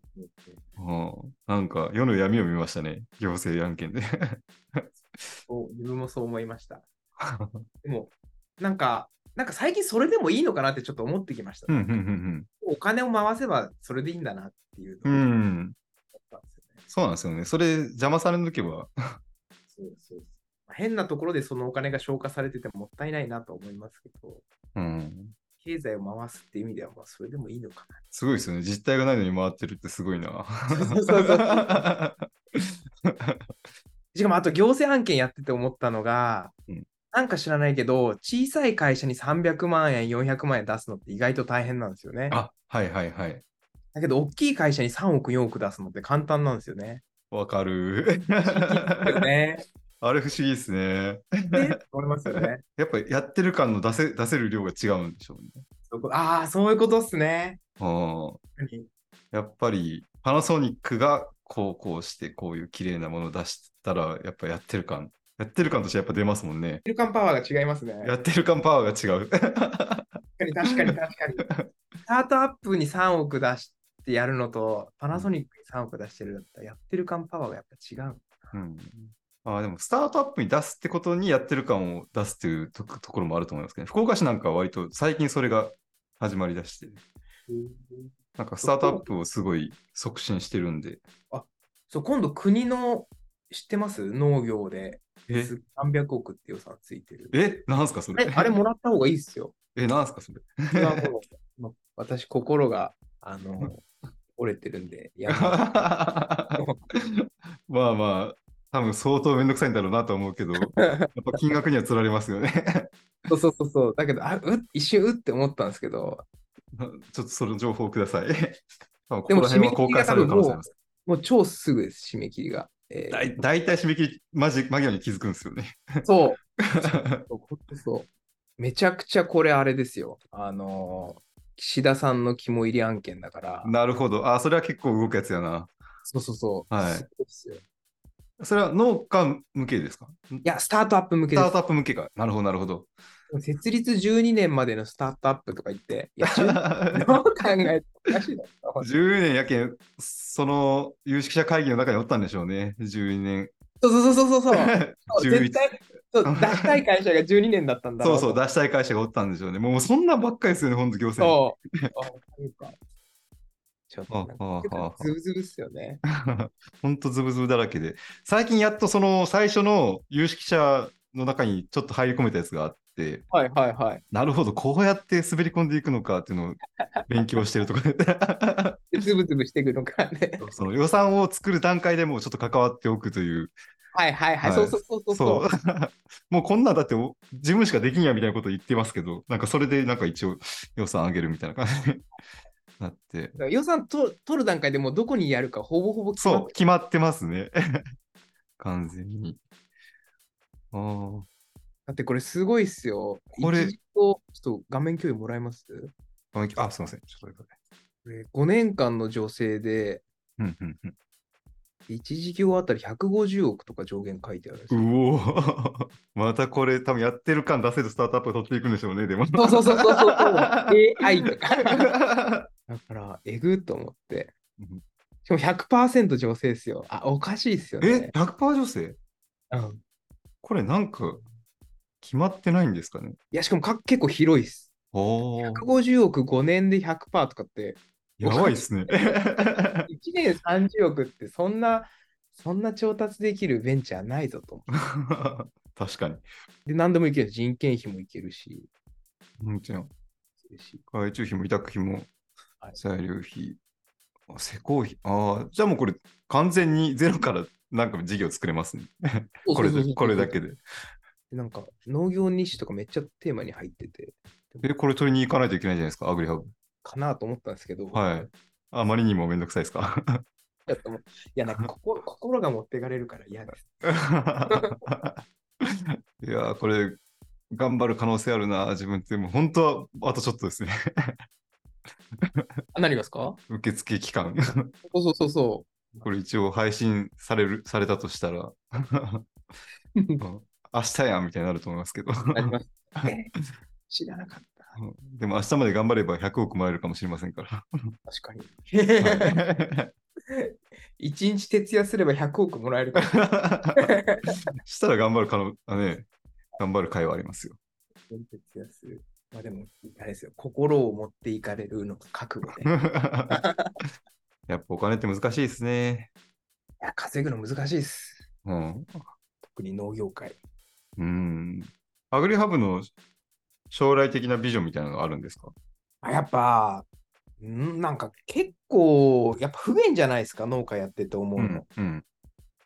Speaker 1: うん
Speaker 2: うん、なんか世の闇を見ましたね、行政案件で。
Speaker 1: そう自分もそう思いました。でも、なんか、なんか最近それでもいいのかなってちょっと思ってきました。
Speaker 2: うんうん
Speaker 1: お金を回せばそれでいいんだなっていう
Speaker 2: うんう
Speaker 1: のが
Speaker 2: んうん、
Speaker 1: あったんですよね。
Speaker 2: そうなんですよね。それ邪魔されんとけば、
Speaker 1: そうそう変なところでそのお金が消化されててもったいないなと思いますけど、
Speaker 2: うん、
Speaker 1: 経済を回すっていう意味では、まあ、それでもいいのか
Speaker 2: すごいですよね。実体がないのに回ってるってすごいな。
Speaker 1: な。そうそう そうしかも、あと行政案件やってて思ったのが、
Speaker 2: うん
Speaker 1: なんか知らないけど、小さい会社に300万円、400万円出すのって意外と大変なんですよね。
Speaker 2: あはいはいはい。
Speaker 1: だけど、大きい会社に3億、4億出すのって簡単なんですよ ね。
Speaker 2: わかる。
Speaker 1: だよね。
Speaker 2: あれ不思議ですね。
Speaker 1: ね思いますよね。
Speaker 2: やっぱやってる感の出せ出せる量が違うんでしょうね。
Speaker 1: そこああ、そういうことっすね。
Speaker 2: あ
Speaker 1: 何
Speaker 2: やっぱりパナソニックがこうこうしてこういう綺麗なものを出したらやっぱやってる感。やってる感としてやっぱ出ますもんね。
Speaker 1: ヒルカンパワーが違いますね。
Speaker 2: やってる感パワーが違う。
Speaker 1: 確かに確かに確かに。スタートアップに3億出しってやるのと、パナソニックに3億出してるだったら、やってる感パワーがやっぱ違う。
Speaker 2: うんあーでも、スタートアップに出すってことにやってる感を出すっていうとところもあると思いますけど、福岡市なんかは割と最近それが始まりだして、なんかスタートアップをすごい促進してるんで。
Speaker 1: そう、今度国の、知ってます農業で、
Speaker 2: え、
Speaker 1: 300億って予算ついてる。
Speaker 2: え、なんすかそ
Speaker 1: あれ
Speaker 2: れ。
Speaker 1: あれもらった方がいいっすよ。
Speaker 2: え、なんすかそ れ。
Speaker 1: 僕は もうま私、心が、あの、折れてるんで、いや
Speaker 2: まあまあ、多分相当めんどくさいんだろうなと思うけど、やっぱ金額にはつられますよね。
Speaker 1: そうそうそうそう。だけど、あう一瞬うって思ったんですけど、
Speaker 2: ちょっとその情報をください。多分ここ
Speaker 1: でも
Speaker 2: ら辺は公開される可能性あります。
Speaker 1: もう超すぐです、締め切りが。えー
Speaker 2: だい大体締め切り、マジ、間際に気づくんですよね。
Speaker 1: そう。そうほんとそう。めちゃくちゃこれあれですよ。あのー岸田さんの肝入り案件だから、
Speaker 2: なるほど。あ、それは結構動くやつやな。
Speaker 1: そうそうそう。
Speaker 2: はい
Speaker 1: すごいっすよい
Speaker 2: それは農家向けですか
Speaker 1: や、スタートアップ向
Speaker 2: ス
Speaker 1: け
Speaker 2: タ
Speaker 1: で
Speaker 2: ートアップ向けか。なるほど、なる ほど。
Speaker 1: す。設立12年までのスタートアップとか言って、 いや、10どう考えてもおかしいだろ。
Speaker 2: 10年やけん、その有識者会議の中におったんでしょうね。12年。
Speaker 1: そうそうそうそう そう。そう
Speaker 2: 11
Speaker 1: 絶対 そう、出したい会社が12年だったんだろ
Speaker 2: そうそう、
Speaker 1: だ。
Speaker 2: 出したい会社がおったんでしょうね。もうそんなんばっかりですよね、ほんと行政。
Speaker 1: そう。 あそうかちょっとなん
Speaker 2: あああ
Speaker 1: か
Speaker 2: あ、
Speaker 1: ズブズブっすよね。
Speaker 2: ほんとズブズブだらけで。最近やっとその最初の有識者の中にちょっと入り込めたやつがあって、
Speaker 1: はいはいはい。
Speaker 2: なるほど、こうやって滑り込んでいくのかっていうのを勉強してるとこで。
Speaker 1: ズブズブしていくのかね。
Speaker 2: その予算を作る段階でもうちょっと関わっておくという。
Speaker 1: はいはいはい。
Speaker 2: はい
Speaker 1: そうそうそうそうそう。
Speaker 2: そう。 もうこんなんだってお自分しかできんやみたいなこと言ってますけど、なんかそれでなんか一応予算上げるみたいな感じになって。
Speaker 1: だから予算と取る段階でもうどこにやるかほぼほぼ決ま
Speaker 2: そう
Speaker 1: っ、て
Speaker 2: 決まってますね。 完全に。あー
Speaker 1: だってこれすごいっすよ。
Speaker 2: これ
Speaker 1: 一時とちょっと画面共有もらえます
Speaker 2: あ、あすみません。ちょっと待ってください
Speaker 1: これ ?5 年間の助成で、
Speaker 2: うんうんうん
Speaker 1: 一事業あたり150億とか上限書いてあるんですよ
Speaker 2: うおー またこれ多分やってる感出せるスタートアップを取っていくんでしょうね、でも。
Speaker 1: そうそうそうそうそう。AI とか。だから、えぐっと思って
Speaker 2: うん。
Speaker 1: しかも100%女性ですよ。あ、おかしいっすよ
Speaker 2: え
Speaker 1: ね。、
Speaker 2: 100%女性
Speaker 1: うん、
Speaker 2: これなんか決まってないんですかね
Speaker 1: いや、しかもか結構広いっす。
Speaker 2: おー
Speaker 1: 150億5年で100%とかって、
Speaker 2: やばい っすね。
Speaker 1: 1年30億ってそんな、そんな調達できるベンチャーないぞと思って。
Speaker 2: 確かに。
Speaker 1: で、何でもいける。人件費もいけるし。
Speaker 2: もちろん、
Speaker 1: いけるし
Speaker 2: 外注費も委託費も
Speaker 1: はい
Speaker 2: 材料費、あ施工費。ああ、じゃあもうこれ完全にゼロからなんか事業作れますね。これでこれだ。けで。
Speaker 1: でなんか、農業日誌とかめっちゃテーマに入ってて、
Speaker 2: え、これ取りに行かないといけないじゃないですか、アグリハブ。
Speaker 1: かなと思ったんですけど、
Speaker 2: はい。あまりにもめんどくさいですか。
Speaker 1: いやでもいや、 なんか心心が持ってかれるから嫌です。
Speaker 2: いやー、これ、頑張る可能性あるな、自分って。もう本当は、あとちょっとですね。
Speaker 1: あ、何がですか
Speaker 2: 受付期間。
Speaker 1: そうそうそうそ
Speaker 2: これ一応配信される、されたとした ら、
Speaker 1: う。
Speaker 2: 明日やんみたいになると思いますけど。
Speaker 1: なります。えー 知らなかった。
Speaker 2: でも明日まで頑張れば100億もらえるかもしれません か。
Speaker 1: 確からに。
Speaker 2: は
Speaker 1: 一日徹夜すれば100億もらえるから。
Speaker 2: いしたら頑張る可能、あね、頑張る会はあります よ。
Speaker 1: 徹夜する。まあでも、あれですよ。心を持っていかれるのが覚悟で。い
Speaker 2: やっぱお金って難しいですね。
Speaker 1: や、稼ぐの難しいです。
Speaker 2: うん。
Speaker 1: 特に農業界。
Speaker 2: うん。アグリハブの将来的なビジョンみたいなのあるんですか
Speaker 1: あやっぱ、んなんか結構、やっぱ不便じゃないですか、農家やってて思うの。
Speaker 2: うん。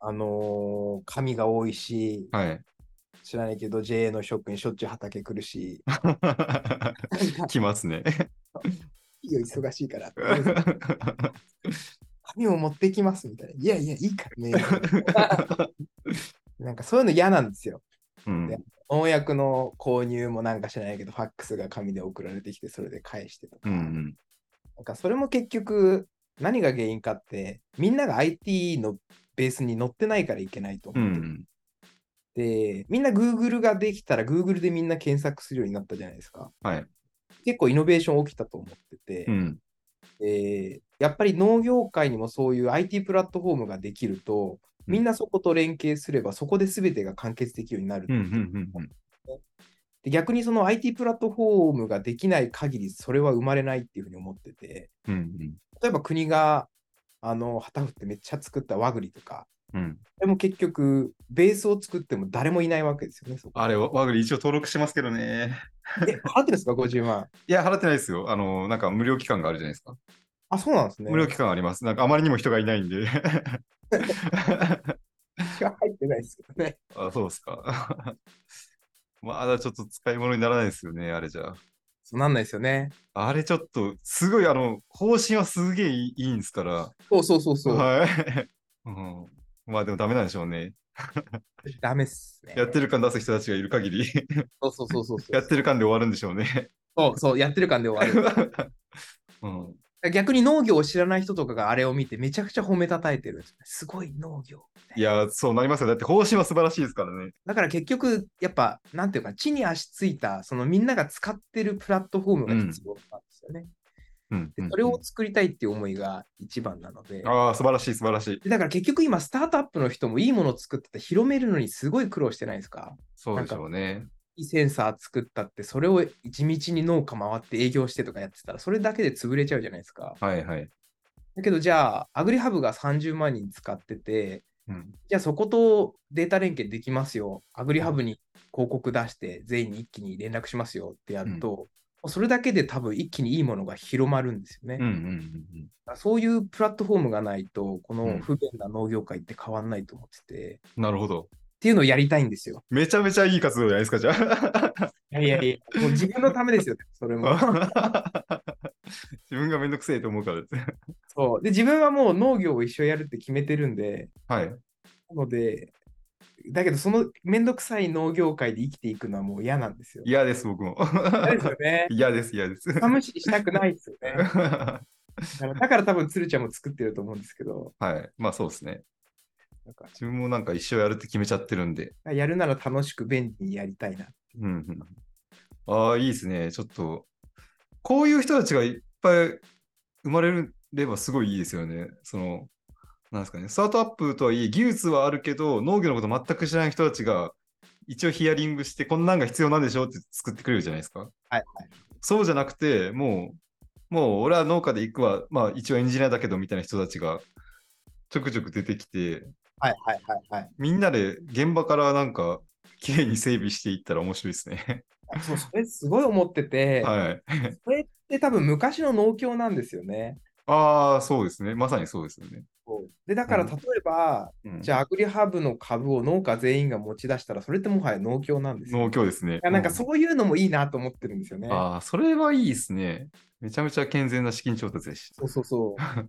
Speaker 1: あのー、紙が多いし、
Speaker 2: はい。
Speaker 1: 知らないけど JA の職員しょっちゅう畑来る し、
Speaker 2: 来ます ね。
Speaker 1: いいよ、忙しいから。紙を持ってきますみたいな。いやいや、いいからね。 なんかそういうの嫌なんですよ。
Speaker 2: うん
Speaker 1: 音訳の購入もなんか知らないけど、ファックスが紙で送られてきて、それで返してとか。
Speaker 2: うんうん
Speaker 1: なんかそれも結局、何が原因かって、みんなが IT のベースに乗ってないからいけないと
Speaker 2: う
Speaker 1: 思って
Speaker 2: ん
Speaker 1: て、みんな Google ができたら Google でみんな検索するようになったじゃないですか。
Speaker 2: はい。
Speaker 1: 結構イノベーション起きたと思ってて、
Speaker 2: うん
Speaker 1: えーやっぱり農業界にもそういう IT プラットフォームができると、みんなそこと連携すれば、そこで全てが完結できるようになる。
Speaker 2: うんうんうんうん。
Speaker 1: で逆にその IT プラットフォームができない限り、それは生まれないっていうふうに思ってて、
Speaker 2: うん
Speaker 1: 例えば国が、あの、旗振ってめっちゃ作った和栗とか、
Speaker 2: うんうん。
Speaker 1: でも結局、ベースを作っても誰もいないわけですよね、そ こ。
Speaker 2: あれ、わ我が国一応登録してますけどね。
Speaker 1: え、払ってるんですか、50万。
Speaker 2: いや、払ってないですよ。あの、なんか無料期間があるじゃないですか。
Speaker 1: あ、そうなんですね。
Speaker 2: 無料期間あります。なんかあまりにも人がいないんで。
Speaker 1: 私は入ってないですけどね。
Speaker 2: あ、そうですか。まだちょっと使い物にならないですよね、あれじゃ。
Speaker 1: そうなんないですよね。
Speaker 2: あれちょっと、すごい、あの、方針はすげえいいいいんですから。
Speaker 1: そうそうそうそう。
Speaker 2: はい。うん、まあでもダメなんでしょうね。
Speaker 1: ダメっすね。
Speaker 2: やってる感出す人たちがいる限り、
Speaker 1: そうそうそうそうそう。
Speaker 2: やってる感で終わるんでしょうね。
Speaker 1: そうそう、やってる感で終わ
Speaker 2: うん、
Speaker 1: る。逆に農業を知らない人とかがあれを見てめちゃくちゃ褒めたたえてるんですよね。すごい農業。
Speaker 2: いや、そうなりますよ。だって方針は素晴らしいですからね。
Speaker 1: だから結局、やっぱ、なんていうか、地に足ついた、そのみんなが使ってるプラットフォームが必要なんですよね。
Speaker 2: うんうんうん
Speaker 1: でそれを作りたいっていう思いが一番なので。
Speaker 2: ああ、素晴らしい、素晴らしい。
Speaker 1: でだから結局今、スタートアップの人もいいものを作ってて広めるのにすごい苦労してないですか
Speaker 2: そうでしょうね。
Speaker 1: いいセンサー作ったって、それを地道に農家回って営業してとかやってたら、それだけで潰れちゃうじゃないですか。
Speaker 2: はいはい。
Speaker 1: だけど、じゃあ、アグリハブが30万人使ってて、
Speaker 2: うん、
Speaker 1: じゃあそことデータ連携できますよ。アグリハブに広告出して、全員に一気に連絡しますよってやると、もうそれだけで多分一気にいいものが広まるんですよね。
Speaker 2: うん、うん、う
Speaker 1: だ
Speaker 2: ん
Speaker 1: からそういうプラットフォームがないと、こ
Speaker 2: うん
Speaker 1: の不便な農業界って変わんないと思ってて、っ
Speaker 2: うん。なるほど。
Speaker 1: ていうのをやりたいんですよ。
Speaker 2: めちゃめちゃいい活動じゃないですか、じゃあ。
Speaker 1: いやいやいや、もう自分のためですよ、 それも。
Speaker 2: 自分がめんどくせえと思うからです。
Speaker 1: そうで自分はもう農業を一生やるって決めてるんで、
Speaker 2: はい。
Speaker 1: なので、だけどそのめんどくさい農業界で生きていくのはもう嫌なんですよ。
Speaker 2: 嫌です、僕も。
Speaker 1: 嫌ですよ ね。
Speaker 2: 嫌です、嫌です。
Speaker 1: 草むしりしたくないですよね。 だ
Speaker 2: は
Speaker 1: からだから多分鶴ちゃんも作ってると思うんですけど、
Speaker 2: い。まあそうですね。
Speaker 1: なんか
Speaker 2: 自分もなんか一生やるって決めちゃってるんで。
Speaker 1: やるなら楽しく便利にやりたいな。
Speaker 2: うんうん、ああ、いいですね。ちょっと、こういう人たちがいっぱい生まれればすごいいいですよね。その、なんですかね、スタートアップとはいえ、技術はあるけど、農業のこと全く知らない人たちが、一応ヒアリングして、こんなんが必要なんでしょうって作ってくれるじゃないですか。
Speaker 1: はい
Speaker 2: そうじゃなくて、もう、もう俺は農家で行くわ、まあ一応エンジニアだけどみたいな人たちがちょくちょく出てきて、
Speaker 1: はいはいはいはいはい
Speaker 2: みんなで現場からなんか、綺麗に整備していったら面白いですね。
Speaker 1: あ。そうそれすごい思ってて、
Speaker 2: はい。
Speaker 1: それって多分昔の農協なんですよね。
Speaker 2: ああ、そうですね。まさにそうですよね。
Speaker 1: でだから例えば、
Speaker 2: うん
Speaker 1: じゃあアグリハブの株を農家全員が持ち出したら、それってもはや農協なんですよ。
Speaker 2: 農協ですね
Speaker 1: い。やなんかそういうのもいいなと思ってるんですよね。
Speaker 2: ああ、それはいいですね。めちゃめちゃ健全な資金調達でし
Speaker 1: そうそうそう。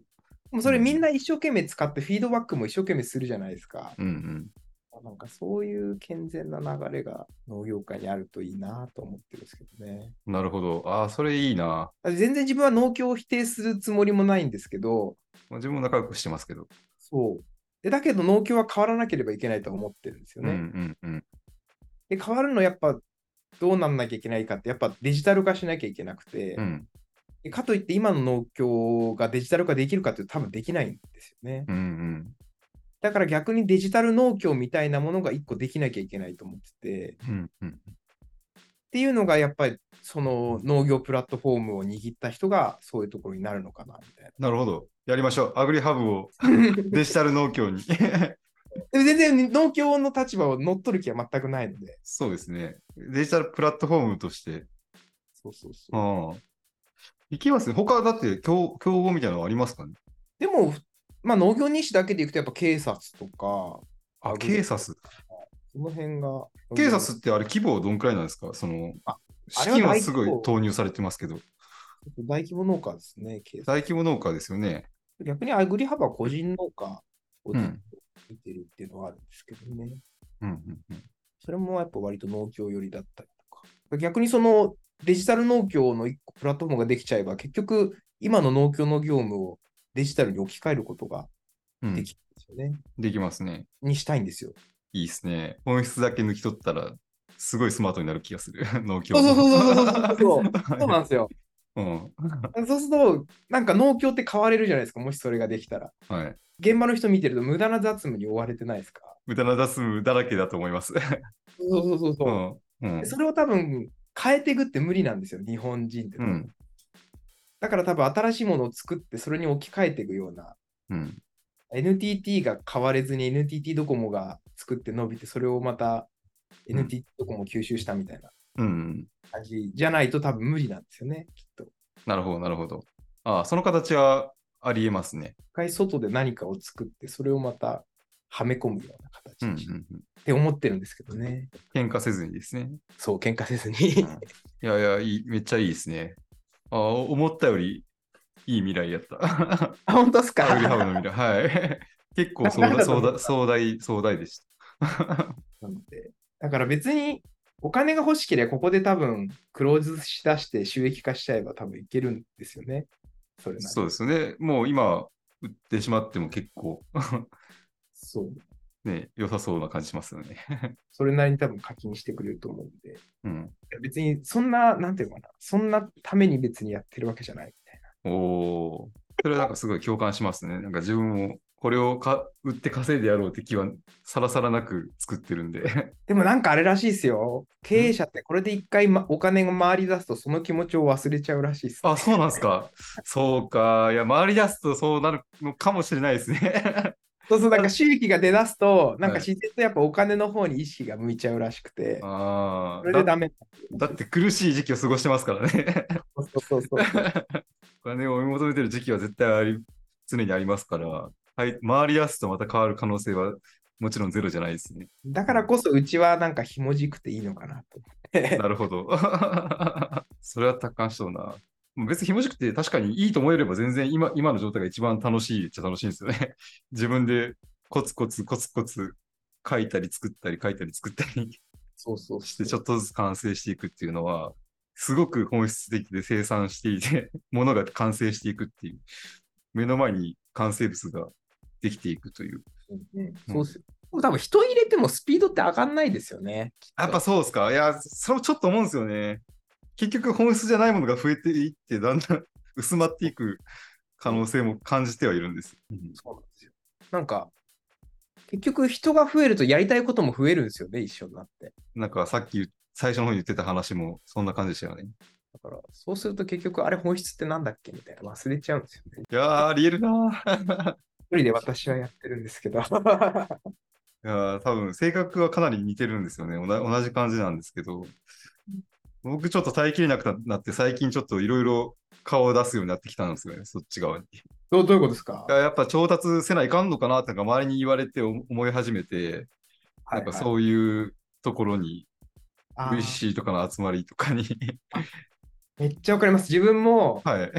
Speaker 1: でもそれみんな一生懸命使ってフィードバックも一生懸命するじゃないですか。
Speaker 2: た。うん
Speaker 1: なんかそういう健全な流れが農業界にあるといいなと思ってるんですけどね。
Speaker 2: うん。なるほど。ああ、それいいな。
Speaker 1: 全然自分は農協を否定するつもりもないんですけど、
Speaker 2: まあ自分も仲良くしてますけど。
Speaker 1: そう。でだけど農協は変わらなければいけないと思ってるんですよ
Speaker 2: うんう
Speaker 1: ね。
Speaker 2: んうん。
Speaker 1: で変わるのやっぱどうなんなきゃいけないかってやっぱデジタル化しなきゃいけなくて、
Speaker 2: うん
Speaker 1: でかといって今の農協がデジタル化できるかっていうと多分できないんですよね。
Speaker 2: うんうん
Speaker 1: だから逆にデジタル農協みたいなものが一個できなきゃいけないと思ってて、っ
Speaker 2: うんうん。
Speaker 1: ていうのがやっぱりその農業プラットフォームを握った人がそういうところになるのかなみたいな。
Speaker 2: なるほど。やりましょう。アグリハブを デジタル農協に。
Speaker 1: でも全然農協の立場を乗っ取る気は全くないので、
Speaker 2: そうですね。デジタルプラットフォームとして。
Speaker 1: そうそうそう。
Speaker 2: ああ。いけますね。他だって競競合みたいなのありますかね
Speaker 1: でも、まあ、農業日誌だけでいくとやっぱ警察とか、
Speaker 2: あ、
Speaker 1: アグリ
Speaker 2: 警察。
Speaker 1: その辺が。
Speaker 2: 警察ってあれ規模はどんくらいなんですかその
Speaker 1: ああ
Speaker 2: 資
Speaker 1: れは大規模
Speaker 2: 金はすごい投入されてますけど、
Speaker 1: 大規模農家ですね、警察。
Speaker 2: 大規模農家ですよね。
Speaker 1: 逆にアグリハブは個人農家を
Speaker 2: う
Speaker 1: ずっ
Speaker 2: ん
Speaker 1: と見てるっていうのはあるんですけどね。
Speaker 2: うんうんうん
Speaker 1: それもやっぱ割と農協寄りだったりとか。逆にそのデジタル農協の一個プラットフォームができちゃえば、結局今の農協の業務をデジタルに置き換えることが
Speaker 2: うん
Speaker 1: で
Speaker 2: でき
Speaker 1: きるんですよね。
Speaker 2: ますね。
Speaker 1: にしたいんですよ。
Speaker 2: いいですね。本質だけ抜き取ったら、すごいスマートになる気がする。農協
Speaker 1: そうそうそうそうそうそうそう
Speaker 2: はい
Speaker 1: そうなんですよ。
Speaker 2: うん。
Speaker 1: そうすると、なんか農協って変われるじゃないですか、もしそれができたら。
Speaker 2: はい。
Speaker 1: 現場の人見てると無駄な雑務に追われてないですか
Speaker 2: 無駄な雑務だらけだと思います。
Speaker 1: そうそうそう
Speaker 2: う
Speaker 1: そう、
Speaker 2: ん。 うん
Speaker 1: で。それを多分変えていくって無理なんですよ、日本人って。
Speaker 2: うん。
Speaker 1: だから多分新しいものを作って、それに置き換えていくような、
Speaker 2: うん。
Speaker 1: NTT が変われずに NTT ドコモが作って伸びて、それをまた
Speaker 2: うん
Speaker 1: NTT ドコモを吸収したみたいな
Speaker 2: うん。
Speaker 1: 感じじゃないと多分無理なんですよね、きっと。
Speaker 2: なるほど、なるほど。ああ、その形はありえますね。
Speaker 1: 一回外で何かを作って、それをまたはめ込むような形
Speaker 2: うんうん
Speaker 1: にして、
Speaker 2: うん。
Speaker 1: って思ってるんですけどね。
Speaker 2: 喧嘩せずにですね。
Speaker 1: そう、喧嘩せずに。
Speaker 2: いやいや、いい、めっちゃいいですね。ああ、思ったよりいい未 来やった。
Speaker 1: あ、本当ですか
Speaker 2: アグリハブの未来。はい。結構壮 大、壮大、壮大、壮大でした。
Speaker 1: なのでだから別にお金が欲しければここで多分クローズしだして収益化しちゃえば多分いけるんですよね。それなり
Speaker 2: そうですよね。もう今、売ってしまっても結構、
Speaker 1: そう
Speaker 2: ね、良さそうな感じしますよね。
Speaker 1: それなりに多分課金してくれると思うんで。
Speaker 2: うん。
Speaker 1: 別にそんな、なんていうのかな、そんなために別にやってるわけじゃないみたい
Speaker 2: おお。それはなんかすごい共感しますね。なんか自分もこれをか売って稼いでやろうって気はさらさらなく作ってるんで。
Speaker 1: な。でもなんかあれらしいですよ。経営者ってこれで一回、ま、お金が回り出すとその気持ちを忘れちゃうらしいです、
Speaker 2: あ、そうなんですか。そうか。いや、回り出すとそうなるのかもしれないですね。
Speaker 1: そうそう、なんか収益が出だすと、なんか
Speaker 2: はい
Speaker 1: 自然とやっぱお金の方に意識が向いちゃうらしくて、
Speaker 2: あ
Speaker 1: そ
Speaker 2: あ。
Speaker 1: れで
Speaker 2: だ
Speaker 1: ダメ。
Speaker 2: だって苦しい時期を過ごしてますからね。
Speaker 1: そうそうそう。
Speaker 2: お金を追い求めてる時期は絶対あり常にありますから、はい、回り出すとまた変わる可能性はもちろんゼロじゃないですね。
Speaker 1: だからこそうちはなんかひもじくていいのかなと思って。
Speaker 2: なるほど。 それは達観しそうな。別にひもじくて確かにいいと思えれば全然今今の状態が一番楽しいっちゃ楽しいんですよね。 自分でコツコツコツコツ書いたり作ったり書いたり作ったり
Speaker 1: そうそう
Speaker 2: してち
Speaker 1: ょっ
Speaker 2: ょっとずつ完成していくっていうのはすごく本質的で生産していて ものが完成していくっていう目の前に完成物ができていくという
Speaker 1: と、そうっすよ。でも多分人入れてもスピードって上がんないですよね。
Speaker 2: やっぱそうですかいや、それちょっと思うんですよね。結局本質じゃないものが増えていって、だんだん 薄まっていく可能性も感じてはいるんです。
Speaker 1: そうなんですよ。なんか、結局人が増えるとやりたいことも増えるんですよね、一緒になって。
Speaker 2: なんかさっき最初の方に言ってた話もそんな感じでしたよね。
Speaker 1: だから、そうすると結局あれ本質ってなんだっけみたいな忘れちゃうんですよね。
Speaker 2: いやー、ありえるなー
Speaker 1: 一人で私はやってるんです けど。
Speaker 2: いやー多分性格はかなり似てるんですよね。おな同じ感じなんですけど。僕ちょっと耐えきれなくなって、最近ちょっといろいろ顔を出すようになってきたんですよね、そっち側に。
Speaker 1: どうどういうことですか
Speaker 2: いややっぱ調達せないかんのかなってなんか周りに言われて思思い始めて、なんか
Speaker 1: う、
Speaker 2: そういうところに、
Speaker 1: あー
Speaker 2: VC とかの集まりとかに、
Speaker 1: めっちゃわかります。自分も
Speaker 2: はい。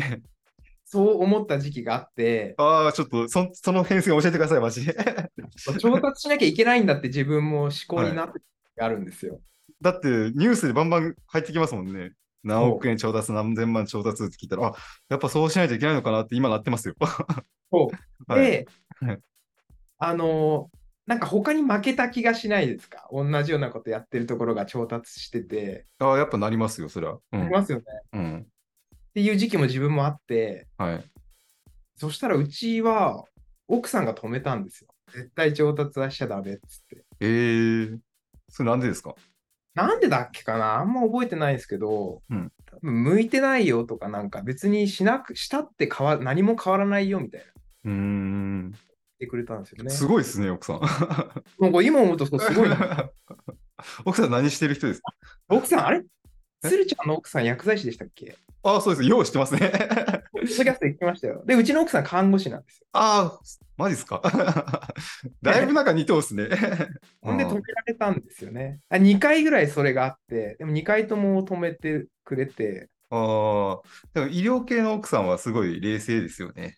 Speaker 1: そう思った時期があ って、
Speaker 2: ああ、ちょっとそんその編成教えてください、マジで。
Speaker 1: 調達しなきゃいけないんだって自分も思考になってる時があるんですよ。
Speaker 2: だってニュースでバンバン入ってきますもんね。何億円調達、何千万調達って聞いたら、あやっぱそうしないといけないのかなって今なってますよ。
Speaker 1: そ
Speaker 2: はい、
Speaker 1: で、
Speaker 2: はい
Speaker 1: あのーなんか他に負けた気がしないですか同じようなことやってるところが調達してて、
Speaker 2: ああ、やっぱなりますよ、それは。う
Speaker 1: あ
Speaker 2: ん
Speaker 1: りますよね。っ
Speaker 2: うん
Speaker 1: ていう時期も自分もあって、
Speaker 2: はい、
Speaker 1: そしたらうちは奥さんが止めたんですよ。絶対調達はしちゃダメっつって。
Speaker 2: えー、それなんでですか
Speaker 1: なんでだっけかなあんま覚えてないんですけど、
Speaker 2: うん
Speaker 1: 多分向いてないよとかなんか別にしなくしたって変わ何も変わらないよみたいな言っ
Speaker 2: うーん、
Speaker 1: てくれたんですよね。
Speaker 2: すごいですね、奥さん。
Speaker 1: なんか今思うとそうすごいな。
Speaker 2: 奥さん何してる人ですか
Speaker 1: 奥さん、あれ鶴ちゃんの奥さん薬剤師でしたっけ
Speaker 2: ああ、そうです。用意してますね。
Speaker 1: ポッドキャスト行きましたよ。で、うちの奥さん看護師なんですよ。
Speaker 2: ああ、マジですか だいぶなんか似てますね。
Speaker 1: ほんで止められたんですよね。あ2回ぐらいそれがあって、でも2回とも止めてくれて、
Speaker 2: ああ、でも医療系の奥さんはすごい冷静ですよね。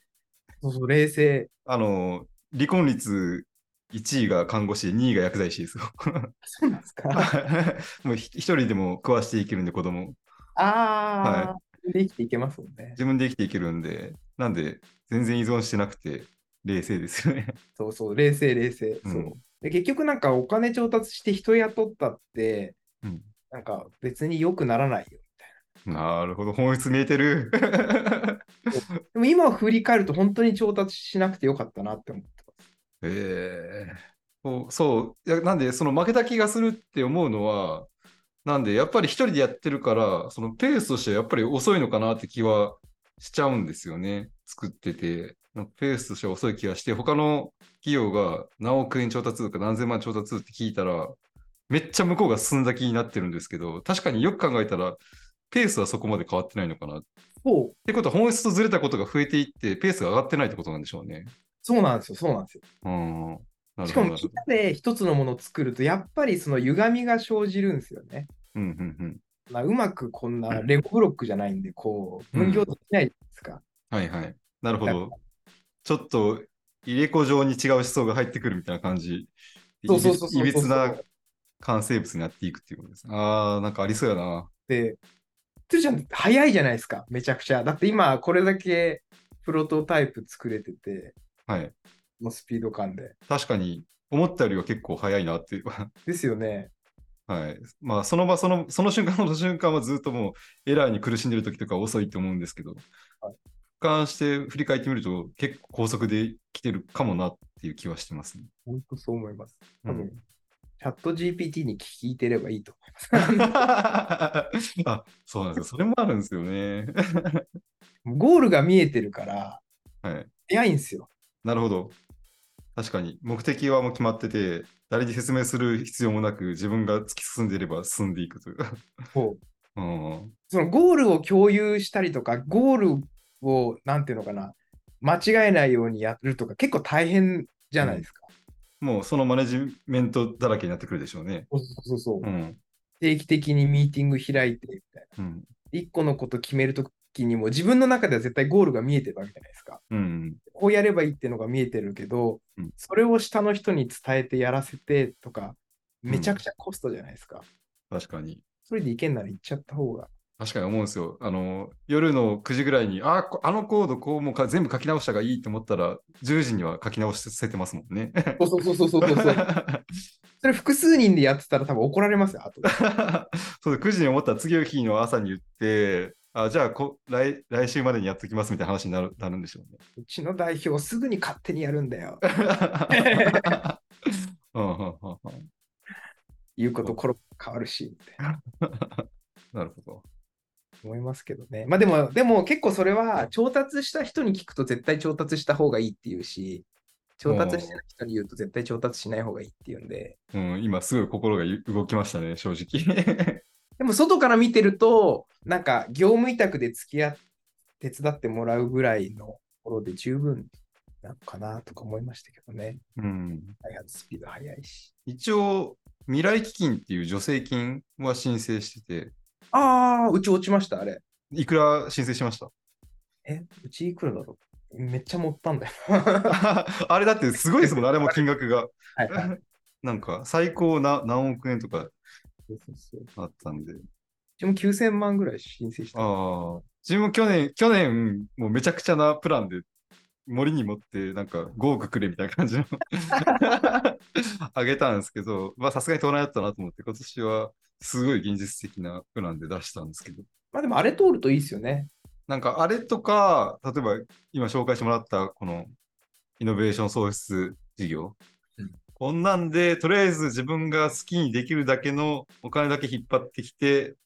Speaker 1: そうそう、冷静。
Speaker 2: あの、離婚率1位が看護師、2位が薬剤師ですよ。
Speaker 1: そうなんですか。
Speaker 2: もうひ一人でも食わしていけるんで、子供。
Speaker 1: あー、で生きていけますもんね。
Speaker 2: 自分で生きていけるんで、なんで、全然依存してなくて、冷静ですよね。
Speaker 1: そうそう、冷静、冷静。
Speaker 2: うん
Speaker 1: そうで結局なんかお金調達して人雇ったって、
Speaker 2: うん
Speaker 1: なんか別に良くならないよみたい
Speaker 2: なるほど、本質見えてる。
Speaker 1: でも今振り返ると本当に調達しなくてよかったなって思ってます。
Speaker 2: ええおそういや、なんで、その負けた気がするって思うのは、なんで、やっぱり一人でやってるから、そのペースとしてはやっぱり遅いのかなって気はしちゃうんですよね、作ってて。なんかペースとしては遅い気がして、他の企業が何億円調達とか何千万調達って聞いたら、めっちゃ向こうが進んだ気になってるんですけど、確かによく考えたら、ペースはそこまで変わってないのかな。っ
Speaker 1: そう、
Speaker 2: てことは、本質とずれたことが増えていって、ペースが上がってないってことなんでしょうね。
Speaker 1: そうなんですよ、そうなんですよ。
Speaker 2: うん。なるほど
Speaker 1: しかも
Speaker 2: な
Speaker 1: み
Speaker 2: る
Speaker 1: ん
Speaker 2: ほど
Speaker 1: なで一つのものを作ると、やっぱりその歪みが生じるんですよね。
Speaker 2: うんうんうん。
Speaker 1: まあ、うまくこんなレゴブロックじゃないんで、こう、分業できないじゃないですか。
Speaker 2: はいはい。なるほ
Speaker 1: だ
Speaker 2: ど。ちょっと入れ子状に違う思想が入ってくるみたいな感じ。
Speaker 1: そうそうそうそうそう
Speaker 2: いびつな完成物になっていくっていうことです。ああ、なんかありそうやな。
Speaker 1: で、つるちゃん、早いじゃないですか、めちゃくちゃ。だって今、これだけプロトタイプ作れてて、
Speaker 2: はい。
Speaker 1: のスピード感で。
Speaker 2: 確かに、思ったよりは結構早いなっていう。
Speaker 1: ですよね。
Speaker 2: はい。まあ、その場、その、その瞬間、その瞬間はずっともうエラーに苦しんでる時とか遅いと思うんですけど、
Speaker 1: はい
Speaker 2: 俯瞰して振り返ってみると、結構高速で来てるかもなっていう気はしてますね。
Speaker 1: 本当そう思います。
Speaker 2: う
Speaker 1: 多
Speaker 2: ん
Speaker 1: 分、チャット GPT に聞いてればいいと思います。
Speaker 2: あそうなんですよ。それもあるんですよね。
Speaker 1: ゴールが見えてるから、
Speaker 2: はい。
Speaker 1: 早いんですよ。
Speaker 2: なるほど。確かに、目的はもう決まってて、誰に説明する必要もなく、自分が突き進んでいれば進んでいくという。
Speaker 1: こう
Speaker 2: うん。
Speaker 1: そのゴールを共有したりとか、ゴールを、なんていうのかな、間違えないようにやるとか、結構大変じゃないですか。
Speaker 2: もうそのマネジメントだらけになってくるでしょうね。
Speaker 1: そうそうそう。
Speaker 2: うん。
Speaker 1: 定期的にミーティング開いてみたいな。
Speaker 2: うん。
Speaker 1: 一個のこと決めるときにも、自分の中では絶対ゴールが見えてるわけじゃないですか。
Speaker 2: うん。
Speaker 1: こうやればいいっていうのが見えてるけど、
Speaker 2: うん
Speaker 1: それを下の人に伝えてやらせてとか、めちゃくちゃコストじゃないですか。
Speaker 2: 確かに。
Speaker 1: それでいけんなら行っちゃった方が。
Speaker 2: 確かに思うんですよ。あの、夜の9時ぐらいに、あ、こあのコード、こう、もうか全部書き直したがいいと思ったら、10時には書き直せてますもんね。
Speaker 1: そうそうそうそうそう そう。それ複数人でやってたら多分怒られますよ、後で。
Speaker 2: そう9時に思ったら次の日の朝に言って、あじゃあこ来、来週までにやっときますみたいな話になるなるんでしょうね。
Speaker 1: うちの代表すぐに勝手にやるんだよ。
Speaker 2: うんうんうんうん
Speaker 1: 言うことコロッと変わるし、みたいな
Speaker 2: なるほど。
Speaker 1: 思いますけどね。まあでも、でも結構それは調達した人に聞くと絶対調達した方がいいっていうし、調達してない人に言うと絶対調達しない方がいいっていうんで、
Speaker 2: うん、今すごい心がゆ動きましたね、正直。
Speaker 1: でも外から見てると、なんか業務委託で付き合って、手伝ってもらうぐらいのところで十分なのかなとか思いましたけどね。
Speaker 2: うん、
Speaker 1: 開発スピード速いし。
Speaker 2: 一応、未来基金っていう助成金は申請してて、
Speaker 1: ああ、うち落ちました、あれ。
Speaker 2: いくら申請しました
Speaker 1: え、うちいくらだろうめっちゃ持ったん だよ。
Speaker 2: あれだってすごいですもん、あれも金額が。
Speaker 1: はいはい。
Speaker 2: なんか、最高な何億円とか
Speaker 1: そうそうそうう
Speaker 2: あったんで。
Speaker 1: ちも9000万ぐらい申請した。
Speaker 2: ああ、自分も去年、去年、もうめちゃくちゃなプランで、森に持って、なんか5億くれみたいな感じの あげたんですけど、まあさすがに盗難だったなと思って、今年はすごい現実的なプランで出したんですけど、
Speaker 1: まあでもあれ通るといいですよね。
Speaker 2: なんかあれとか、例えば今紹介してもらったこのイノベーション創出事業、
Speaker 1: うん
Speaker 2: こんなんで、とりあえず自分が好きにできるだけのお金だけ引っ張ってきて、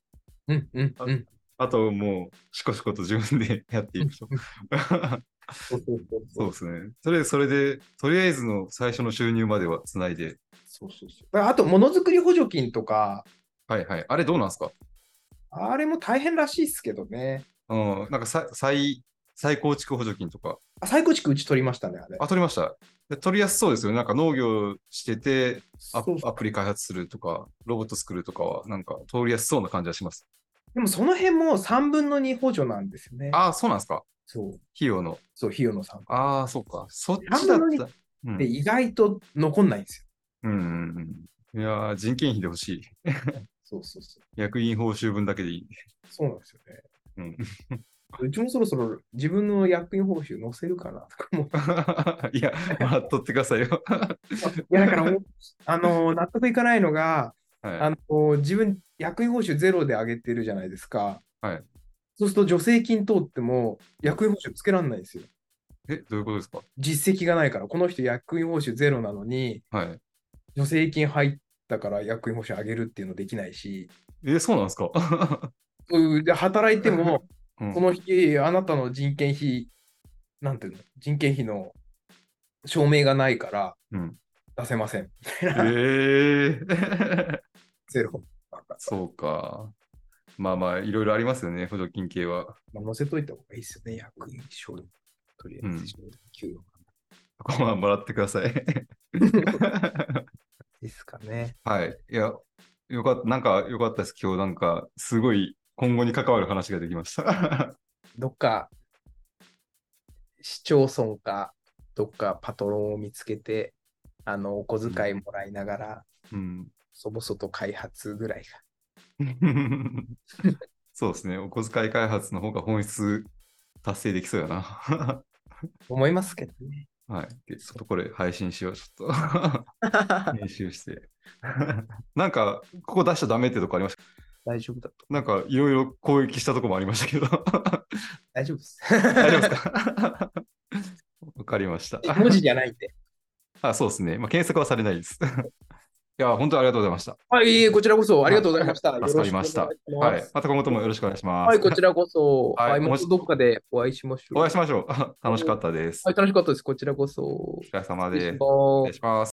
Speaker 1: うんうんうん。
Speaker 2: あともうしこしこと自分でやっていくと。
Speaker 1: そうそうそうそ
Speaker 2: そう
Speaker 1: う。
Speaker 2: ですね。それそれで、とりあえずの最初の収入まではつないで。
Speaker 1: そうそうそうだからあと、ものづくり補助金とか、
Speaker 2: はいはい。あれどうなんですか
Speaker 1: あれも大変らしいですけどね。
Speaker 2: うん。なんかさ再、再構築補助金とか。
Speaker 1: あ再構築うち取りましたね、あれ。
Speaker 2: あ、取りました。で取りやすそうですよね。なんか農業しててア、
Speaker 1: そうそう
Speaker 2: アプリ開発するとか、ロボット作るとかは、なんか通りやすそうな感じはします。
Speaker 1: でもその辺も3分の2補助なんですよね。
Speaker 2: ああ、そうなんですか。
Speaker 1: そう。
Speaker 2: 費用の。
Speaker 1: そう、費用の3分。
Speaker 2: ああ、そうか。そっちだ
Speaker 1: 半
Speaker 2: っ
Speaker 1: 分の
Speaker 2: た。うん
Speaker 1: で、意外と残んないんですよ。
Speaker 2: うんうんうん。いやー人件費で欲しい。
Speaker 1: そうそうそう。
Speaker 2: 役員報酬分だけでいい。
Speaker 1: そうなんですよね。
Speaker 2: う ん、
Speaker 1: うちもそろそろ自分の役員報酬載せるかなとか思う。
Speaker 2: いや、もらっとってください よ。
Speaker 1: いや、だから もう、あのー納得いかないのが、
Speaker 2: はい
Speaker 1: あのー自分、役員報酬ゼロで上げてるじゃないですか。
Speaker 2: はい。
Speaker 1: そうすると助成金通っても役員報酬つけられないんですよ。
Speaker 2: え、どういうことですか
Speaker 1: 実績がないから、この人役員報酬ゼロなのに、
Speaker 2: はい。
Speaker 1: 助成金入ったから役員報酬上げるっていうのできないし、
Speaker 2: え、そうなんですか
Speaker 1: うんで働いても、
Speaker 2: うん
Speaker 1: この日、あなたの人件費、なんていうの、人件費の証明がないから
Speaker 2: うん。
Speaker 1: 出せません。
Speaker 2: えー、
Speaker 1: ゼロ。なんか
Speaker 2: そうか。まあまあ、いろいろありますよね、補助金系は。
Speaker 1: まあ、載せといた方がいいですよね、役員賞とりあえず、給与
Speaker 2: そこはもらってください。
Speaker 1: ですかね。
Speaker 2: はい。いや、よかった、なんかよかったです。今日なんか、すごい今後に関わる話ができました。
Speaker 1: どっか、市町村か、どっかパトロンを見つけて、あの、お小遣いもらいながら、
Speaker 2: うん、
Speaker 1: そぼそと開発ぐらいが。
Speaker 2: そうですね。お小遣い開発の方が本質達成できそうやな。
Speaker 1: 思いますけどね。
Speaker 2: はい。でちょっとこれ配信しよう。ちょっと編集して。 なんか、ここ出しちゃダメってとこありました。
Speaker 1: 大丈夫だと。
Speaker 2: なんか、いろいろ攻撃したとこもありましたけど。
Speaker 1: 大丈夫です。
Speaker 2: 大丈夫ですか わかりました。
Speaker 1: 文字じゃないんで。
Speaker 2: あ、そうですね。まあ、検索はされないです。 いや、本当にありがとうございました。
Speaker 1: はい、いえいえこちらこそありがとうございました。
Speaker 2: 助かりました
Speaker 1: よろくお願
Speaker 2: はいい
Speaker 1: し。
Speaker 2: また今後ともよろしくお願いしま。
Speaker 1: ますはい、こちらこそ。
Speaker 2: はい
Speaker 1: はい、ま
Speaker 2: も
Speaker 1: た
Speaker 2: し
Speaker 1: どっかでお会いしましょう。
Speaker 2: お会いしましょう。楽しかったです
Speaker 1: は。い、楽しかったです。こちらこそ。
Speaker 2: お疲れ様
Speaker 1: 失礼し
Speaker 2: です。
Speaker 1: ます
Speaker 2: 失礼します。